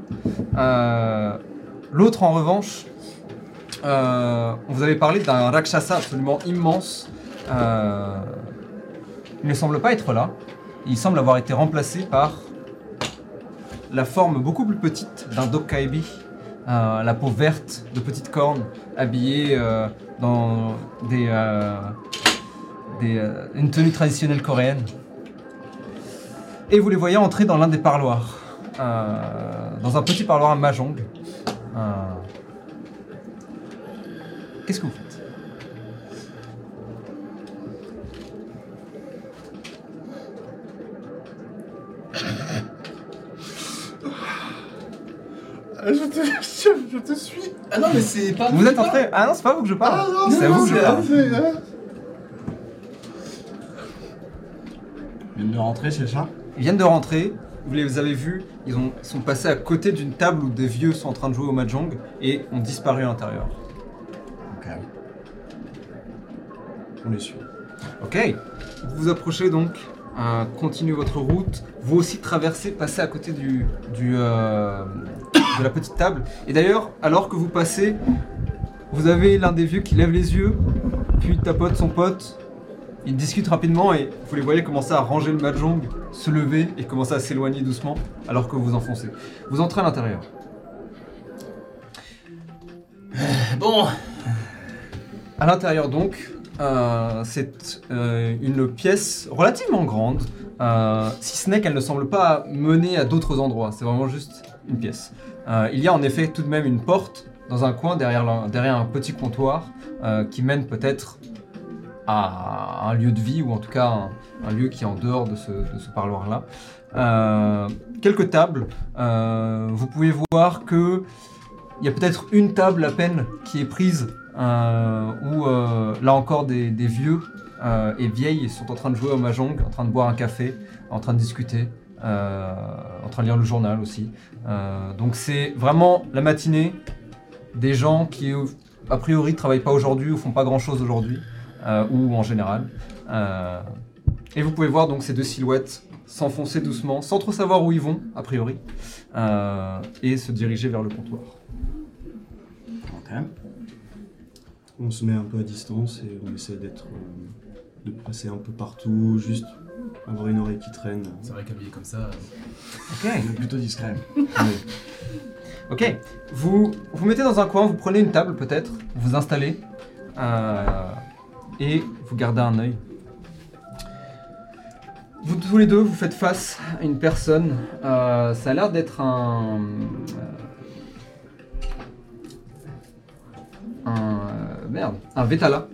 B: Euh, L'autre, en revanche, euh, on vous avait parlé d'un rakshasa absolument immense. Euh, il ne semble pas être là. Il semble avoir été remplacé par la forme beaucoup plus petite d'un dokkaibi, euh, la peau verte, de petites cornes, habillé euh, dans des, euh, des, euh, une tenue traditionnelle coréenne. Et vous les voyez entrer dans l'un des parloirs, euh, dans un petit parloir à Mahjong. Euh, Qu'est-ce que vous faites
F: Ah, Je te, je, je te (laughs) suis.
D: Ah non, mais c'est pas.
B: Vous êtes entré Ah non, c'est pas à vous que je parle. c'est à vous que je parle.
F: c'est- ah.
C: Viens de rentrer chez le chat
B: Ils viennent de rentrer, vous les avez vus, ils, ont, ils sont passés à côté d'une table où des vieux sont en train de jouer au mahjong et ont disparu à l'intérieur.
C: Ok. On les suit.
B: Ok, vous vous approchez donc, euh, continuez votre route, vous aussi traversez, passez à côté du, du, euh, de la petite table. Et d'ailleurs, alors que vous passez, vous avez l'un des vieux qui lève les yeux, puis tapote son pote. Ils discutent rapidement et vous les voyez commencer à ranger le mahjong, se lever et commencer à s'éloigner doucement alors que vous enfoncez. Vous entrez à l'intérieur.
K: Bon,
B: À l'intérieur donc, euh, c'est euh, une pièce relativement grande, euh, si ce n'est qu'elle ne semble pas mener à d'autres endroits, c'est vraiment juste une pièce. Euh, il y a en effet tout de même une porte dans un coin derrière, la- derrière un petit comptoir euh, qui mène peut-être à un lieu de vie ou en tout cas un, un lieu qui est en dehors de ce, de ce parloir-là. Euh, quelques tables, euh, vous pouvez voir que il y a peut-être une table à peine qui est prise, euh, où euh, là encore des, des vieux euh, et vieilles sont en train de jouer au mahjong, en train de boire un café, en train de discuter, euh, en train de lire le journal aussi. Euh, donc c'est vraiment la matinée des gens qui a priori travaillent pas aujourd'hui ou font pas grand chose aujourd'hui euh, ou en général. Euh, et vous pouvez voir donc ces deux silhouettes s'enfoncer doucement, sans trop savoir où ils vont a priori, euh, et se diriger vers le comptoir.
L: On se met un peu à distance et on essaie d'être. euh, de passer un peu partout, juste avoir une oreille qui traîne.
D: C'est vrai qu'habillé comme ça, euh,
B: Ok.
L: plutôt discret.
B: Ok. Vous vous mettez dans un coin, vous prenez une table peut-être, vous installez euh, et vous gardez un œil. Vous tous les deux, vous faites face à une personne. euh, ça a l'air d'être un, euh, un merde, un Vétala.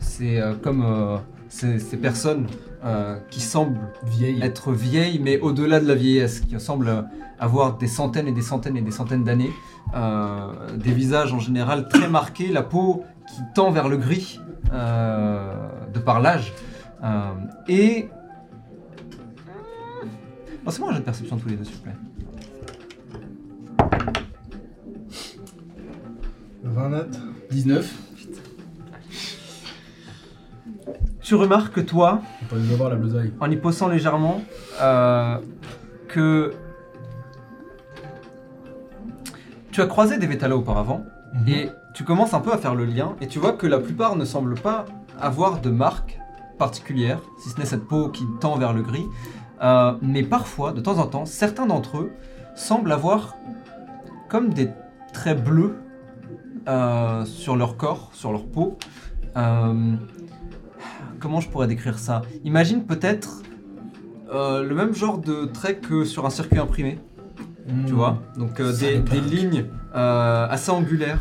B: C'est euh, comme euh, ces, ces personnes euh, qui semblent
D: vieille.
B: être vieille, mais au-delà de la vieillesse, qui semble avoir des centaines et des centaines et des centaines d'années, euh, des visages en général très marqués, la peau qui tend vers le gris euh, de par l'âge. Euh, et. Lancez-moi un jeu de perception tous les deux, s'il vous plaît.
F: 20 notes.
D: 19.
B: Tu remarques que toi,
D: On peut aller voir la bleusaille.
B: en y poussant légèrement euh, que tu as croisé des Vétalas auparavant et tu commences un peu à faire le lien et tu vois que la plupart ne semblent pas avoir de marque particulière, si ce n'est cette peau qui tend vers le gris. Euh, mais parfois, de temps en temps, certains d'entre eux semblent avoir comme des traits bleus euh, sur leur corps, sur leur peau. Euh, comment je pourrais décrire ça Imagine peut-être euh, le même genre de trait que sur un circuit imprimé,
D: Hmm.
B: tu vois. Donc euh, des, des lignes euh, assez angulaires,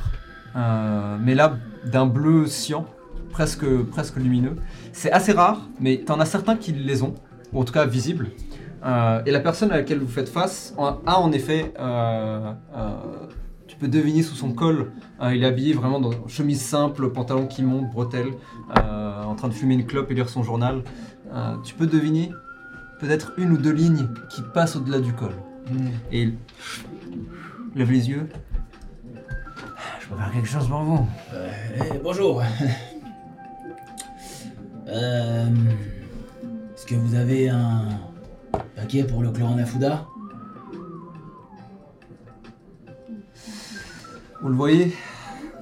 B: euh, mais là d'un bleu cyan, presque, presque lumineux. C'est assez rare, mais t'en as certains qui les ont, ou en tout cas visibles. Euh, et la personne à laquelle vous faites face en- a en effet, euh, euh, tu peux deviner sous son col, euh, il est habillé vraiment dans chemise simple, pantalon qui monte, bretelles, euh, en train de fumer une clope et lire son journal. Euh, tu peux deviner peut-être une ou deux lignes qui passent au-delà du col. Et il lève les yeux. Je peux faire quelque chose pour vous.
K: Eh, bonjour. (laughs) Euh, Est-ce que vous avez un paquet pour le clan Nafuda
B: Vous le voyez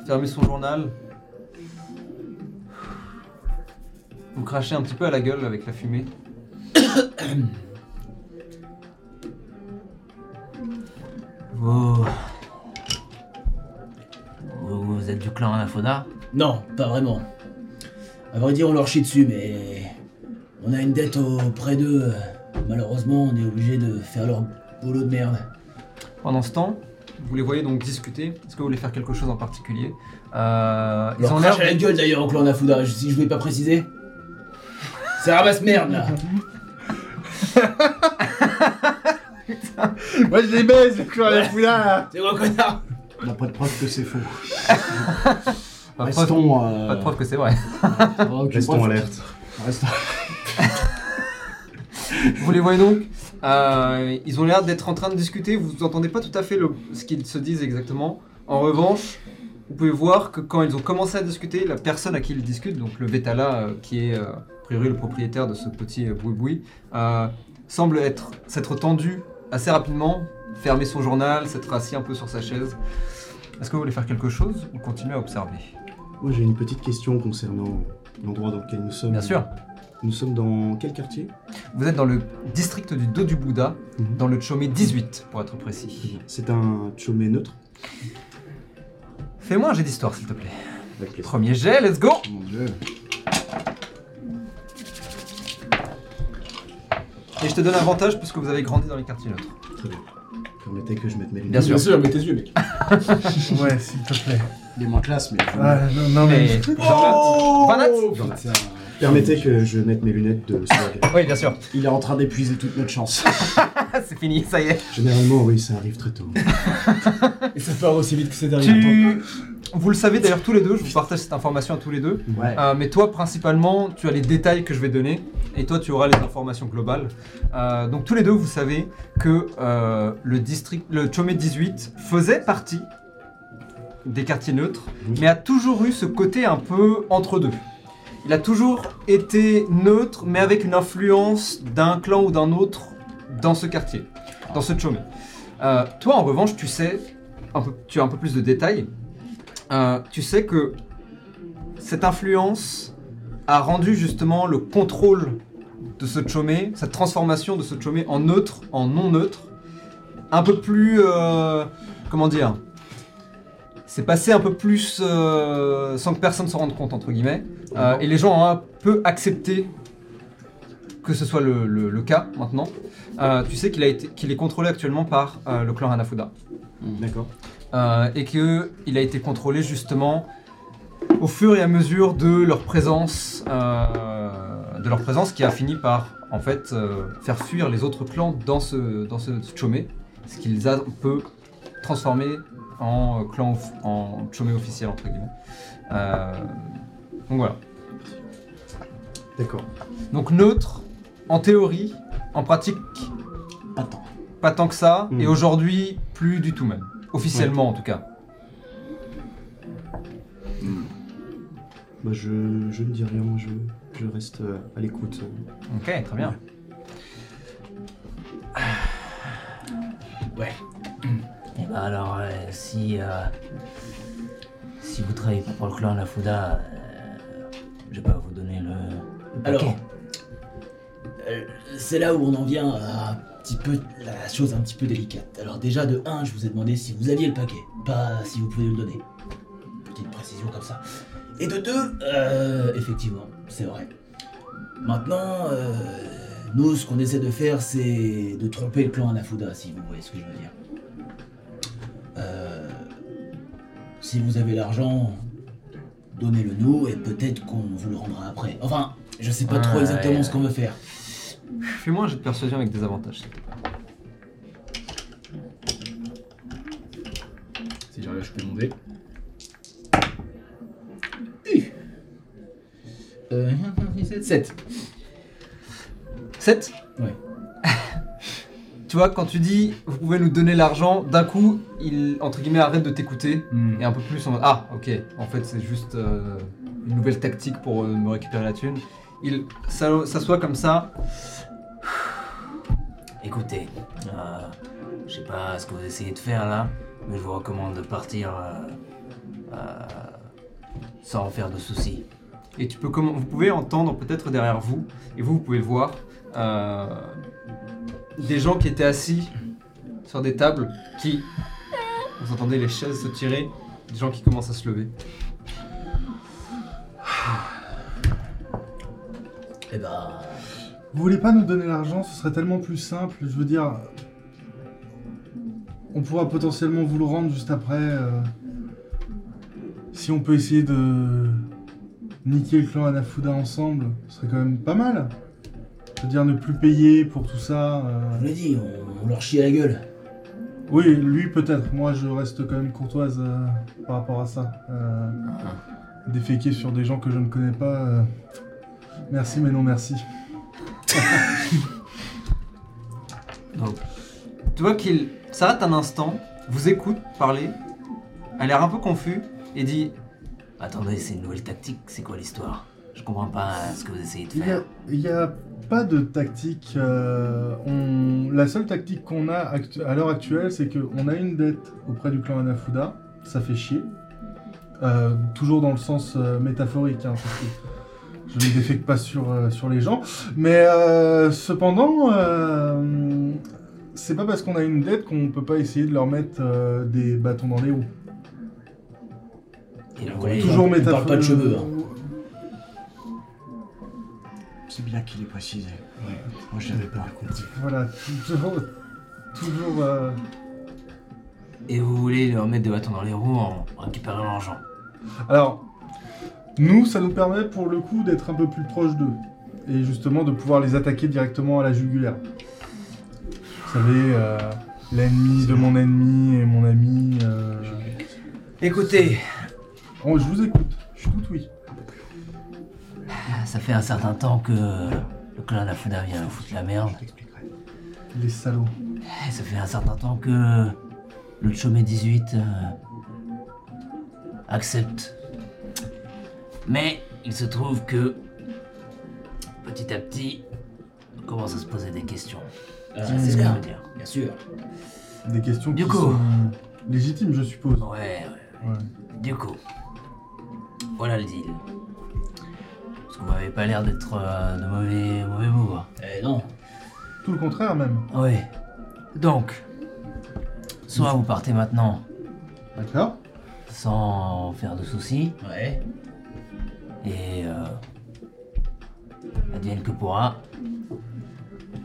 B: fermer son journal. Vous crachez un petit peu à la gueule avec la fumée. (coughs)
K: vous... vous. vous êtes du clan Nafuda Non, pas vraiment. À vrai dire, on leur chie dessus, mais. On a une dette auprès d'eux. Malheureusement, on est obligé de faire leur boulot de merde.
B: Pendant ce temps, vous les voyez donc discuter. Est-ce que vous voulez faire quelque chose en particulier Euh,
K: Ils ont l'air. la gueule d'ailleurs au clan Nafuda, si je voulais pas préciser. C'est ramasse merde (laughs) là
G: Moi je les baise, le clan la foulard
K: C'est quoi, connard
L: On n'a pas de preuve que c'est faux.
B: Pas de preuve-
L: Restons. euh,
B: pas de preuve que c'est
L: (laughs)
B: vrai.
L: pas aucune Restons preuve. alerte. Restons.
B: (laughs) Vous les voyez donc euh, Ils ont l'air d'être en train de discuter. Vous entendez pas tout à fait le- ce qu'ils se disent exactement. En revanche, vous pouvez voir que quand ils ont commencé à discuter, la personne à qui ils discutent, donc le Vétala, euh, qui est euh, a priori le propriétaire de ce petit euh, boui-boui, euh, semble être s'être tendu assez rapidement fermer son journal, s'être assis un peu sur sa chaise. Est-ce que vous voulez faire quelque chose ou continuer à observer
L: Moi, j'ai une petite question concernant l'endroit dans lequel nous sommes.
B: Bien sûr.
L: Nous sommes dans quel quartier
B: Vous êtes dans le district du dos du Bouddha,
L: Mhm.
B: dans le Chomé 18 pour être précis.
L: C'est un chômé neutre. Mhm.
B: Fais-moi un jet d'histoire s'il te plaît.
L: Avec les
B: Premier jet, let's go
L: Mon dieu.
B: Et je te donne avantage parce que vous avez grandi dans les quartiers neutres.
L: Très bien. Permettez que je mette mes lunettes.
B: Bien sûr.
D: mets tes yeux, mec.
F: Ouais, s'il te plaît.
L: Il est moins classe, mais. Oh
F: Ouais, non, non, mais.
B: Mais... Vanat Vanat
D: Oh, Putain.
L: Permettez que je mette mes lunettes de swag.
B: Oui, bien sûr.
L: (laughs)
B: (laughs)
L: Il est en train d'épuiser toute notre chance.
B: Ah, c'est fini, ça y est.
L: (laughs) Généralement, oui, ça arrive très tôt.
D: Et ça part aussi vite que ces derniers temps.
B: Tu... Vous le savez d'ailleurs tous les deux, je vous partage cette information à tous les deux.
L: Ouais.
B: Euh, mais toi, principalement, tu as les détails que je vais donner et toi, tu auras les informations globales. Euh, donc, tous les deux, vous savez que euh, le district, le Chomé 18 faisait partie des quartiers neutres, mais a toujours eu ce côté un peu entre deux. Il a toujours été neutre, mais avec une influence d'un clan ou d'un autre dans ce quartier, dans ce Chomé. Euh, toi, en revanche, tu sais, un peu- tu as un peu plus de détails. Euh, tu sais que cette influence a rendu justement le contrôle de ce chômé, cette transformation de ce chômé en neutre, en non neutre, un peu plus, euh, comment dire, c'est passé un peu plus euh, sans que personne s'en rende compte entre guillemets, Euh, et les gens ont un peu accepté que ce soit le, le- le cas maintenant. Euh, tu sais qu'il a été, qu'il est contrôlé actuellement par euh, le clan Hanafuda.
L: D'accord.
B: Euh, et que il a été contrôlé justement au fur et à mesure de leur présence, euh, de leur présence qui a fini par en fait euh, faire fuir les autres clans dans ce dans ce chômé, ce qu'ils a un peu transformé en euh, clan of- en chômé officiel entre guillemets. Euh, donc voilà.
L: D'accord.
B: Donc neutre, en théorie, en pratique,
K: Pas tant.
B: pas tant que ça,
L: Mm.
B: et aujourd'hui plus du tout même, officiellement en tout cas.
L: Bah, je, je ne dis rien, je, je reste euh, à l'écoute.
B: Ok, très bien.
K: Et bah alors, euh, si. euh, si vous travaillez pas pour le clan Lafuda, euh, je vais pas vous donner le. le
I: Alors,
K: paquet.
I: Euh, c'est là où on en vient à un petit peu la chose un petit peu délicate. Alors déjà de 1, je vous ai demandé si vous aviez le paquet, pas si vous pouviez le donner. Petite précision comme ça. Et de 2, effectivement, c'est vrai. Maintenant, euh, nous, ce qu'on essaie de faire, c'est de tromper le clan Anafuda, si vous voyez ce que je veux dire. Euh, si vous avez l'argent, donnez-le nous et peut-être qu'on vous le rendra après. Enfin, je sais pas trop
B: Ouais,
I: exactement
B: ouais.
I: ce qu'on veut faire.
B: Fais-moi un jet de persuasion avec des avantages.
D: Si j'arrive à choper mon dé.
I: Euh, 7.
B: 7
I: Ouais.
B: (laughs) tu vois, quand tu dis vous pouvez nous donner l'argent, d'un coup, il entre guillemets arrête de t'écouter et un peu plus en mode Ah, ok, en fait, c'est juste euh, une nouvelle tactique pour euh, me récupérer la thune. Il s'a- s'assoit comme ça.
K: Écoutez, euh, je sais pas ce que vous essayez de faire là, mais je vous recommande de partir euh, euh, sans faire de soucis.
B: Et tu peux comm- vous pouvez entendre peut-être derrière vous, et vous, vous pouvez le voir, euh, des gens qui étaient assis sur des tables qui. Vous entendez les chaises se tirer, des gens qui commencent à se lever.
I: Et bah.
F: Vous voulez pas nous donner l'argent Ce serait tellement plus simple. Je veux dire. On pourra potentiellement vous le rendre juste après. euh, si on peut essayer de. niquer le clan Anafuda ensemble, ce serait quand même pas mal. Je veux dire, ne plus payer pour tout ça. euh,
I: Je vous l'ai dit, on, on leur chie à la gueule.
F: Oui, lui peut-être. Moi, je reste quand même courtoise euh, par rapport à ça. Euh, Déféquer sur des gens que je ne connais pas. euh, Merci, mais non merci.
B: Tu vois qu'il s'arrête un instant, vous écoute parler, a l'air un peu confus et dit
K: Attendez, c'est une nouvelle tactique, c'est quoi l'histoire Je comprends pas hein, ce que vous essayez de
F: Il y a-
K: faire.
F: Il n'y a, pas de tactique. euh, on- La seule tactique qu'on a actu- à l'heure actuelle, c'est qu'on a une dette auprès du clan Anafuda. Ça fait chier. Euh, toujours dans le sens euh, métaphorique. hein, parce que je ne défecte pas sur, euh, sur les gens. Mais euh, cependant, euh, c'est pas parce qu'on a une dette qu'on peut pas essayer de leur mettre euh, des bâtons dans les roues.
K: Et vous voulez-
F: toujours
I: on parle
F: métaphorique.
I: pas de cheveux, hein.
L: C'est bien qu'il ait précisé. Moi, je l'avais pas compris.
F: Voilà, toujours. toujours euh,
K: Et vous voulez leur mettre des bâtons dans les roues en en récupérant l'argent.
F: Alors, nous, ça nous permet pour le coup d'être un peu plus proche d'eux. Et justement de pouvoir les attaquer directement à la jugulaire. Vous savez, euh, l'ennemi de mon ennemi et mon ami. euh,
B: Écoutez,
F: oh, je vous écoute, je suis tout oui.
K: Ah, Ça fait un certain temps que le clan Lafuna vient nous foutre la merde.
F: Les salauds.
K: Et Eh, ça fait un certain temps que le Chomé 18 euh, accepte. Mais il se trouve que petit à petit, on commence à se poser des questions.
I: Ah,
K: C'est ce que je veux
I: bien,
K: dire.
I: bien sûr.
F: Des questions
K: Du
F: qui
K: coup.
F: sont légitimes, je suppose.
K: Ouais, ouais.
F: Ouais.
K: Du coup, voilà le deal. Parce que vous m'avez pas l'air d'être euh, de mauvais, mauvais mots. hein. Ah
I: Eh non,
F: Tout le contraire, même.
K: Ouais. Donc, soit vous partez maintenant
F: D'accord
K: sans faire de soucis,
I: ouais.
K: et euh, advienne que pourra.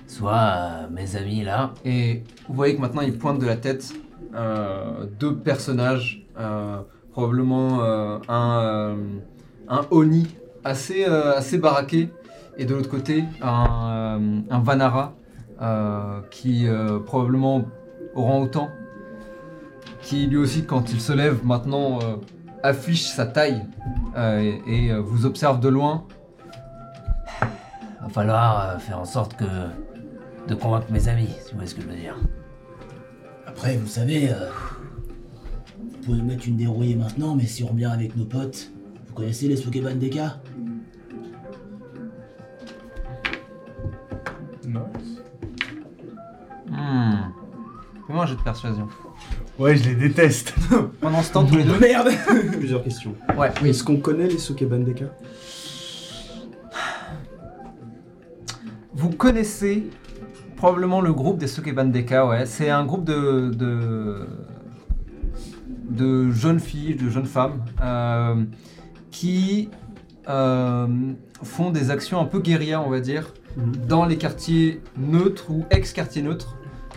K: Soit euh, mes amis là,
B: et vous voyez que maintenant il pointe de la tête euh, deux personnages, euh, probablement euh, un, euh, un Oni assez, euh, assez baraqué, et de l'autre côté un, euh, un Vanara euh, qui euh, probablement orang-outan, qui lui aussi quand il se lève maintenant euh, affiche sa taille euh, et, et, euh, vous observe de loin.
K: va falloir euh, faire en sorte que de convaincre mes amis, si vous voyez ce que je veux dire.
I: Après, vous savez, euh, vous pouvez mettre une dérouillée maintenant, mais si on revient avec nos potes, vous connaissez les Sokeban Deka
F: Nice.
B: Hmm. Fais-moi un jeu de persuasion.
F: Ouais, je les (laughs) déteste.
B: Pendant ce (laughs) temps, tous les deux.
I: Merde
L: Plusieurs questions.
B: Ouais,
L: Est-ce qu'on connaît les Sukeban Deka
B: Vous connaissez probablement le groupe des Sokeban Deka, ouais. C'est un groupe de, de, de jeunes filles, de jeunes femmes, euh, qui euh, font des actions un peu guerrières, on va dire, dans les quartiers neutres ou ex-quartiers neutres.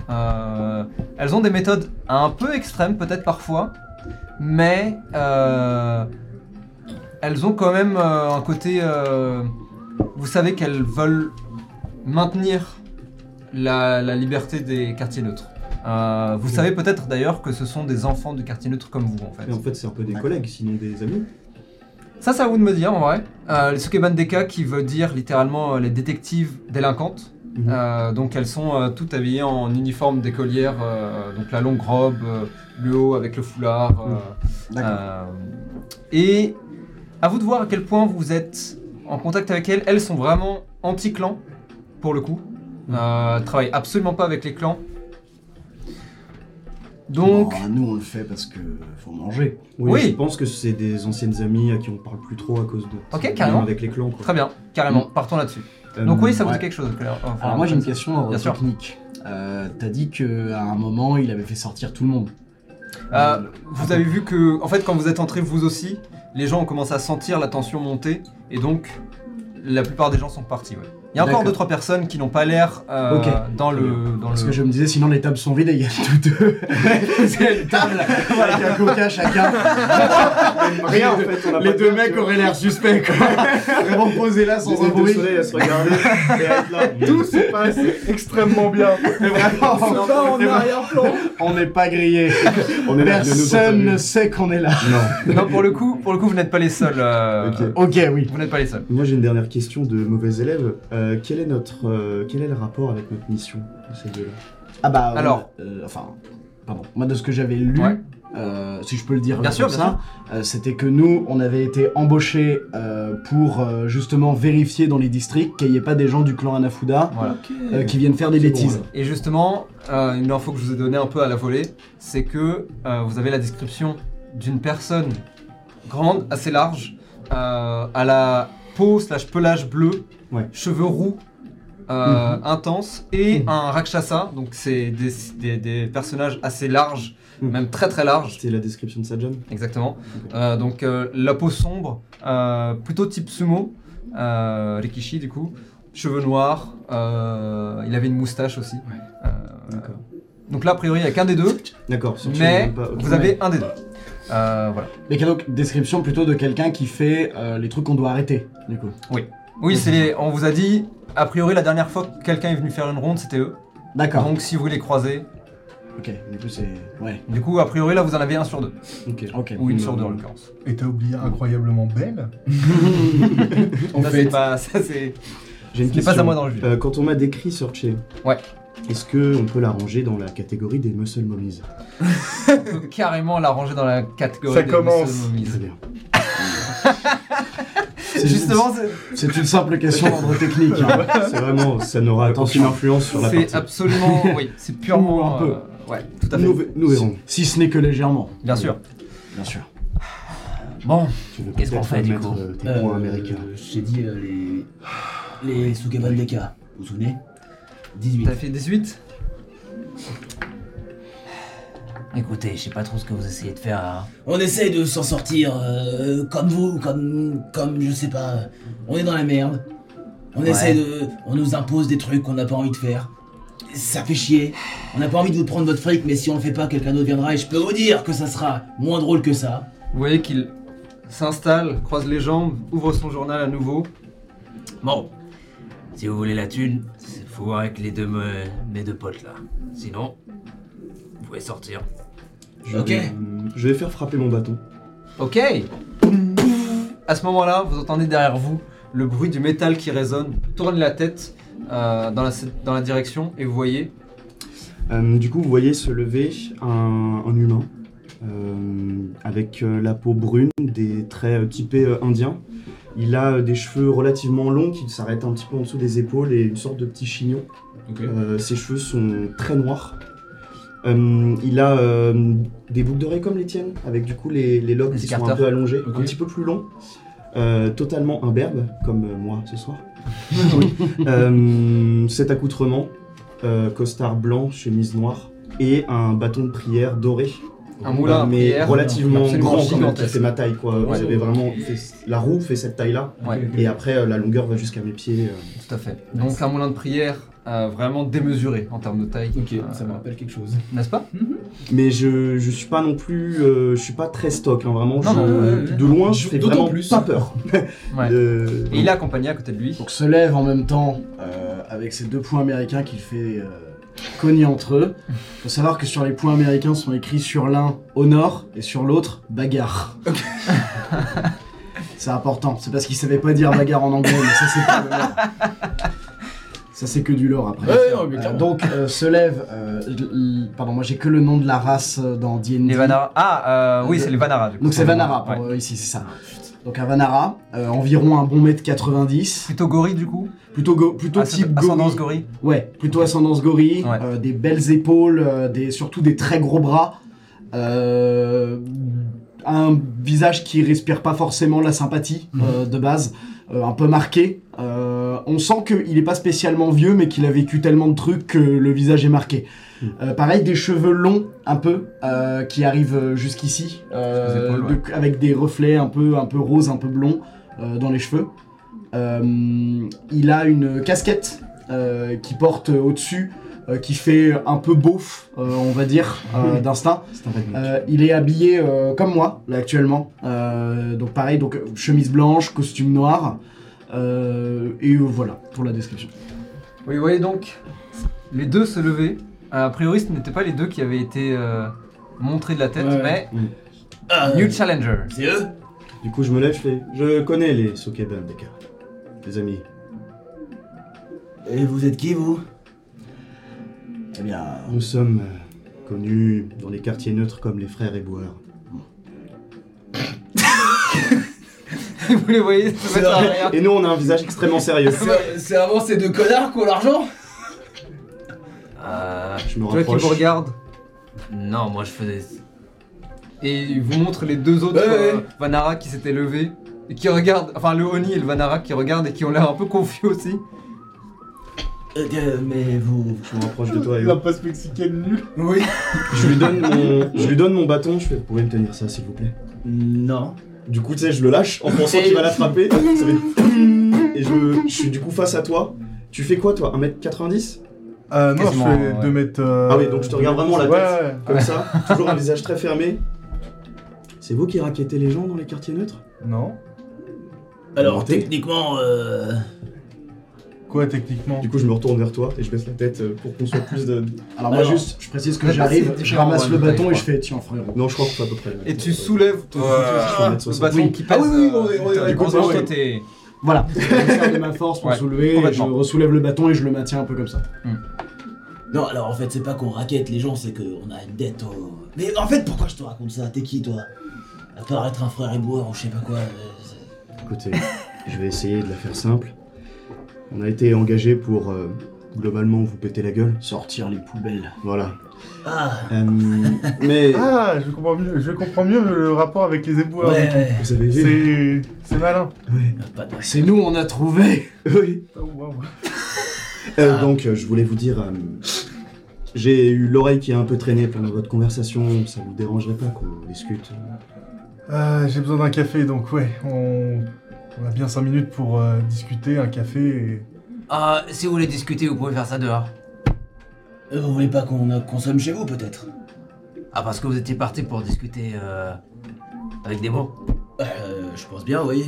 B: Euh, elles ont des méthodes un peu extrêmes, peut-être parfois, mais euh, elles ont quand même euh, un côté. euh, vous savez qu'elles veulent maintenir la, la liberté des quartiers neutres. Euh, vous
L: Oui.
B: savez peut-être d'ailleurs que ce sont des enfants du quartier neutre comme vous en fait.
L: Mais en fait, c'est un peu des collègues, sinon des amis.
B: Ça, c'est à vous de me dire en vrai. Euh, les Sukeban Deka qui veut dire littéralement euh, les détectives délinquantes.
L: Mhm.
B: Euh, donc elles sont euh, toutes habillées en uniforme d'écolière, euh, donc la longue robe, euh, le haut avec le foulard. euh, euh, et à vous de voir à quel point vous êtes en contact avec elles. Elles sont vraiment anti-clan, pour le coup. Euh, elles travaillent absolument pas avec les clans. Donc,
L: Bon, nous, on le fait parce que faut manger. Oui,
B: Oui.
L: Je pense que c'est des anciennes amies à qui on parle plus trop à cause de.
B: Ok,
L: liens
B: carrément.
L: Avec les clans. Quoi.
B: très bien, carrément, partons là-dessus.
L: Euh,
B: Donc oui, ça vous
L: ouais.
B: dit quelque chose. Claire. Enfin,
L: Alors moi j'ai une question euh,
B: Bien sûr.
L: technique. Euh, T'as dit qu'à un moment il avait fait sortir tout le monde.
B: Euh, Vous avez vu que, en fait, quand vous êtes entrés vous aussi, les gens ont commencé à sentir la tension monter, et donc la plupart des gens sont partis. ouais. Il y a encore
L: D'accord.
B: 2 trois personnes qui n'ont pas l'air euh,
L: Ok.
B: dans le. Dans
L: Parce
B: le...
L: que je me disais sinon les tables sont vides et il y a tous deux. c'est une (laughs) table avec un coca chacun. Rien en fait. les deux mecs auraient l'air suspects quoi. Vraiment posés là sans un bruit.
F: à se regarder et être
L: (laughs)
F: là. Tout se passe extrêmement bien.
L: Mais vraiment, on est- on n'est pas grillés.
M: On
L: Personne ne sait qu'on est là.
B: (laughs)
L: (laughs)
B: non, pour le coup, pour le coup, vous n'êtes pas les seuls. euh,
M: Ok.
L: Ok oui.
B: Vous n'êtes pas les seuls.
M: Moi j'ai une dernière question de mauvais élève. Euh, quel est notre euh, quel est le rapport avec notre mission de ces deux-là
L: Ah bah. on-
B: Alors.
L: euh, enfin. Pardon. Moi de ce que j'avais lu.
B: Ouais.
L: euh, si je peux le dire
B: Bien
L: comme
B: sûr, bien
L: ça, euh, c'était que nous, on avait été embauchés euh, pour euh, justement vérifier dans les districts qu'il n'y ait pas des gens du clan Anafuda
B: Voilà.
L: euh, qui viennent faire des
B: C'est
L: bêtises.
B: bon, là. et justement, euh, une info que je vous ai donnée un peu à la volée, c'est que euh, vous avez la description d'une personne grande, assez large, euh, à la peau slash pelage bleu,
L: Ouais.
B: cheveux roux, euh, intenses, et
L: Mhm.
B: un rakshasa, donc c'est des, des- des personnages assez larges,
L: Mhm.
B: même très très larges,
L: C'était la description de Sajjan
B: exactement. Euh, donc euh, la peau sombre, euh, plutôt type sumo, euh, Rikishi du coup, cheveux noirs, euh, il avait une moustache aussi. Euh,
L: D'accord.
B: donc là, a priori, il n'y a qu'un des deux,
L: D'accord, sur-
B: mais
L: sur- pas- ok.
B: vous avez un des deux. Euh, voilà.
L: Mais quelle donc description plutôt de quelqu'un qui fait euh, les trucs qu'on doit arrêter, du coup.
B: Oui, c'est les- on vous a dit, a priori, la dernière fois que quelqu'un est venu faire une ronde, c'était eux.
L: D'accord.
B: Donc si vous les croisez,
L: Ok, du coup c'est... Ouais,
B: du coup, a priori, là, vous en avez un sur deux.
L: ok.
B: Ou une sur deux, en l'occurrence.
F: Et t'as oublié incroyablement belle
D: En
B: Ça,
D: fait-
B: c'est pas, (laughs) ça, c'est
L: J'ai une
B: ce n'est pas à moi dans le jeu.
L: Euh, quand on m'a décrit Sorche,
B: Ouais.
L: est-ce qu'on peut la ranger dans la catégorie des muscle mummies
B: On peut carrément la ranger dans la catégorie
F: Ça
B: des
F: commence.
B: misonymies. (laughs)
L: bien. C'est-
B: Justement, c'est-
L: C'est une simple question d'ordre technique. hein. C'est vraiment, ça n'aura aucune influence sur la
B: c'est
L: partie. (laughs)
B: absolument, oui, c'est purement...
L: Un peu.
B: euh, ouais, tout à fait.
L: Nous, ve- nous verrons. Si ce n'est que légèrement.
B: Bien sûr.
L: Bien sûr.
B: Bon,
L: Tu veux
K: Qu'est-ce qu'on
L: peut-être
K: fait, du
L: mettre,
K: coup
L: euh, tes
I: Euh,
L: points américains.
I: J'ai dit euh, les. Les Sukeban Deka, vous vous souvenez 18.
B: t'as fait 18
K: Écoutez, je sais pas trop ce que vous essayez de faire hein. là.
I: On essaye de s'en sortir euh, comme vous, comme. comme je sais pas. On est dans la merde. On
K: Ouais.
I: essaie de. On nous impose des trucs qu'on n'a pas envie de faire. Ça fait chier. On n'a pas envie de vous prendre votre fric, mais si on le fait pas, quelqu'un d'autre viendra et je peux vous dire que ça sera moins drôle que ça.
B: Vous voyez qu'il s'installe, croise les jambes, ouvre son journal à nouveau.
K: Bon, si vous voulez la thune, c'est- faut voir avec les deux me- mes deux potes là. Sinon, vous pouvez sortir.
L: Je
I: Ok.
L: vais- Hum, Je vais faire frapper mon bâton.
B: Ok À ce moment-là, vous entendez derrière vous le bruit du métal qui résonne, tourne la tête euh, dans, la, dans la direction et vous voyez.
L: Euh, du coup, vous voyez se lever un, un humain euh, avec euh, la peau brune, des traits euh, typés euh, indiens. Il a euh, des cheveux relativement longs qui s'arrêtent un petit peu en dessous des épaules et une sorte de petit chignon.
D: Ok.
L: Euh, ses cheveux sont très noirs. Euh, il a euh, des boucles d'oreilles comme les tiennes, avec du coup les, les lobes
B: Des
L: qui sont un
B: écarteurs.
L: peu allongés,
D: Ok.
L: un petit peu plus longs. Euh, totalement imberbe, comme euh, moi
B: (laughs)
L: ce soir. (laughs) Euh, cet accoutrement, euh, costard blanc, chemise noire et un bâton de prière doré. Euh,
B: Un moulin à
L: mais
B: prière,
L: relativement
B: absolument
L: grand, quand même, qui
B: gigantesque.
L: fait ma taille. Quoi. Vous
B: Ouais.
L: avez vraiment fait- la roue fait cette taille-là,
B: Ouais,
L: et après euh, la longueur va jusqu'à mes pieds. euh.
B: tout à fait. Donc un moulin de prière euh, vraiment démesuré en termes de taille.
D: Ok,
B: Euh,
D: ça me rappelle quelque chose.
B: N'est-ce pas
L: Mais je, je suis pas non plus, euh, je suis pas très stock, hein, vraiment.
B: Non,
L: je-
B: non, ouais,
L: de loin, je
D: D'aut-
L: fais
D: d'autant
L: vraiment
D: plus.
L: pas peur.
B: Ouais.
L: (laughs) Euh,
B: Et il est accompagné à côté de lui.
L: Donc se lève en même temps euh, avec ces deux points américains qu'il fait euh, cogner entre eux. Faut savoir que sur les points américains sont écrits sur l'un honneur et sur l'autre
B: (laughs)
L: bagarre. c'est important. C'est parce qu'il savait pas dire bagarre en anglais, mais ça c'est pas le lore. Ça c'est que du lore après.
D: Ouais, non, mais
L: Euh,
D: clairement.
L: donc euh, se lève. euh, l- l- pardon, moi j'ai que le nom de la race euh, dans D&D.
B: Les Vanara. Ah, euh, oui, c'est les Vanara du coup.
L: Donc c'est Vanara pour
B: Ouais.
L: eux ici, c'est ça. Donc un Vanara, euh, environ un bon mètre 90,
B: Plutôt gorille du coup
L: plutôt go- plutôt
B: Asc-
L: type
B: Ascendance
L: gorille.
B: gorille
L: Ouais, plutôt ascendance gorille,
B: Ouais.
L: euh, des belles épaules, euh, des, surtout des très gros bras. euh, un visage qui respire pas forcément la sympathie
B: Mhm.
L: euh, de base, euh, un peu marqué. Euh, on sent qu'il est pas spécialement vieux, mais qu'il a vécu tellement de trucs que le visage est marqué.
C: Mhm.
L: Euh, pareil, des cheveux longs un peu euh, qui arrivent euh, jusqu'ici, euh,
B: Jusqu'aux épaules,
L: de- avec des reflets un peu un peu rose, un peu blond euh, dans les cheveux. Euh, il a une casquette euh, qui porte au-dessus, euh, qui fait un peu beauf, euh, on va dire, (laughs) euh, d'instinct.
C: C'est un bad mec.
L: Euh, il est habillé euh, comme moi, là, actuellement. Euh, donc pareil, donc euh, chemise blanche, costume noir. Euh, et euh, voilà pour la description.
B: Oui, vous voyez donc les deux se lever. A priori, ce n'étaient pas les deux qui avaient été euh, montrés de la tête,
I: Ouais.
B: mais
I: Ah,
B: New Challenger.
I: c'est eux
L: Du coup, je me lève, je fais.
C: Je connais les Sokeban, des gars. Les amis.
I: Et vous êtes qui, vous
L: Eh bien,
C: Nous sommes euh,
L: connu dans les quartiers neutres comme les frères Éboueurs.
B: (laughs) Vous les voyez se mettre à rien.
L: Et nous, on a un visage extrêmement sérieux.
K: C'est- C'est avant ces deux connards qui ont l'argent
L: Je me
B: Toi qui
L: rapproche.
B: vous regarde.
K: Euh, Non, moi je faisais.
B: Et il vous montre les deux autres
K: Ouais, ouais.
B: euh, Vanara qui s'étaient levés et qui regardent, enfin le Oni et le Vanara qui regardent et qui ont l'air un peu confus aussi.
I: mais vous.
L: Je me rapproche de toi,
F: La
L: Ayo.
F: passe mexicaine nulle.
K: Oui.
L: Je lui donne mon, je lui donne mon bâton. Je fais, vous pouvez me tenir ça, s'il vous plaît.
I: Non.
L: Du coup, tu sais, je le lâche en pensant qu'il va l'attraper. Ça fait (laughs) Et je, je suis du coup face à toi. Tu fais quoi, toi 1m90
F: Euh, non, je
B: Quasiment,
F: fais
B: ouais.
F: 2 mètres. euh,
L: Ah oui, donc je te regarde
F: deux
L: vraiment la
F: mètres.
L: tête.
F: Ouais, ouais.
L: (laughs) Comme ça, toujours un visage très fermé. C'est vous qui raquettez les gens dans les quartiers neutres
F: Non.
I: Alors,
L: Montez.
I: techniquement, euh,
F: Quoi, techniquement
L: Du coup, je me retourne vers toi et je baisse la tête euh, pour qu'on soit plus de.
N: Alors, moi,
I: Alors,
N: juste, je précise que
B: c'est
N: j'arrive, je
B: différent,
N: ramasse
B: ouais,
N: le
B: de taille,
N: bâton
B: je
N: et
B: crois.
N: je fais tiens, frère.
L: Non, je crois qu'on fait à peu près. le même.
B: Et tu soulèves ton le bâton qui pèse.
N: Ah oui, oui,
B: euh,
N: oui, oui, oui,
B: du coup,
N: oui,
B: toi,
N: oui.
B: t'es-
N: Voilà, (laughs) je me sers de ma force pour
B: Ouais,
N: soulever, et je
B: complètement.
N: ressoulève le bâton et je le maintiens un peu comme ça.
I: Non, alors en fait, c'est pas qu'on raquette les gens, c'est qu'on a une dette au. Mais en fait, pourquoi je te raconte ça T'es qui, toi À part être un frère éboueur ou je sais pas quoi. euh, c'est-
L: Écoutez, je vais essayer de la faire simple. On a été engagé pour euh, globalement vous péter la gueule.
N: Sortir les poubelles.
L: Voilà.
I: Ah
L: Euh, mais
F: Ah, je comprends mieux, je comprends mieux le rapport avec les éboueurs.
I: Ouais, ouais.
L: vous avez vu
F: C'est c'est malin.
I: Pas de
N: C'est nous, on a trouvé
L: Oui.
F: Oh, waouh.
L: Euh, donc, euh, je voulais vous dire, euh, j'ai eu l'oreille qui a un peu traîné pendant votre conversation. Ça vous dérangerait pas qu'on discute
F: Euh, J'ai besoin d'un café, donc ouais, on... on a bien 5 minutes pour euh, discuter, un café et...
K: Ah, si vous voulez discuter, vous pouvez faire ça dehors.
I: Euh, Vous voulez pas qu'on euh, consomme chez vous, peut-être
K: Ah, parce que vous étiez parti pour discuter euh, avec des mots.
I: Euh, je pense bien, oui.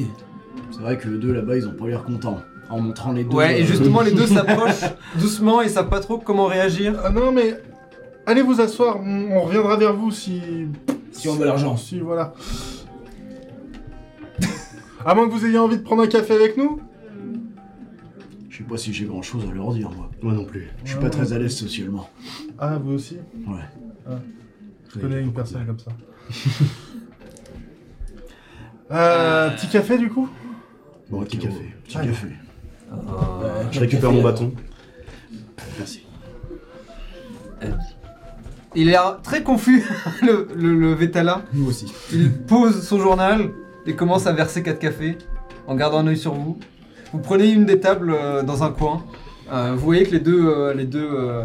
N: C'est vrai que les deux là-bas, ils ont pas l'air contents. En montrant les deux.
B: Ouais,
N: euh,
B: et justement, les
N: (laughs)
B: deux s'approchent doucement et savent pas trop comment réagir.
F: Ah non, mais... Allez vous asseoir, on, on reviendra vers vous si...
I: Si on veut l'argent.
F: Si, voilà. à moins que vous ayez envie de prendre un café avec nous
N: Je sais pas si j'ai grand chose à leur dire, moi.
L: Moi non plus.
N: Je suis pas très à l'aise socialement.
F: Ah, vous aussi
N: Ouais.
F: Ah. Je
N: Oui,
F: connais une
N: beaucoup.
F: personne comme ça. euh, petit café, du coup
N: Bon, petit
L: Théo.
N: café. Petit café.
I: Euh,
L: Je récupère mon bâton.
N: Merci.
B: Il est très confus, (laughs) le, le, le Vetala.
N: Nous aussi.
B: Il pose son journal et commence à verser 4 cafés en gardant un œil sur vous. Vous prenez une des tables euh, dans un coin. Euh, vous voyez que les deux, euh, les deux, euh,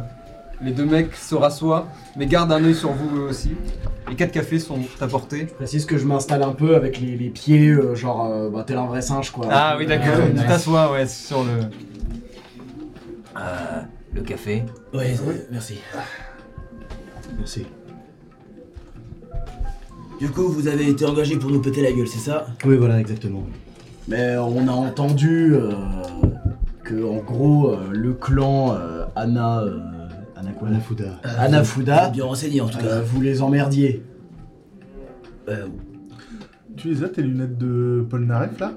B: les deux mecs se rassoient, mais gardent un œil sur vous eux aussi. Les 4 cafés sont apportés.
N: Je précise que je m'installe un peu avec les, les pieds, euh, genre, euh, bah, tel un vrai singe, quoi. Euh,
B: Ah Tu t'assois ouais, sur le.
K: Le café.
I: Ouais, euh, merci.
L: Merci.
I: Du coup, vous avez été engagé pour nous péter la gueule, c'est ça
L: Oui, voilà, exactement.
N: Mais on a entendu euh, que, en gros, euh, le clan euh, Anna. euh, Anna quoi
L: Voilà, Fouda.
K: Euh,
N: Anafuda.
I: Vous êtes Bien renseigné, en tout cas.
N: euh, vous les emmerdiez.
I: Euh,
F: Tu les as, tes lunettes de Paul Naref, là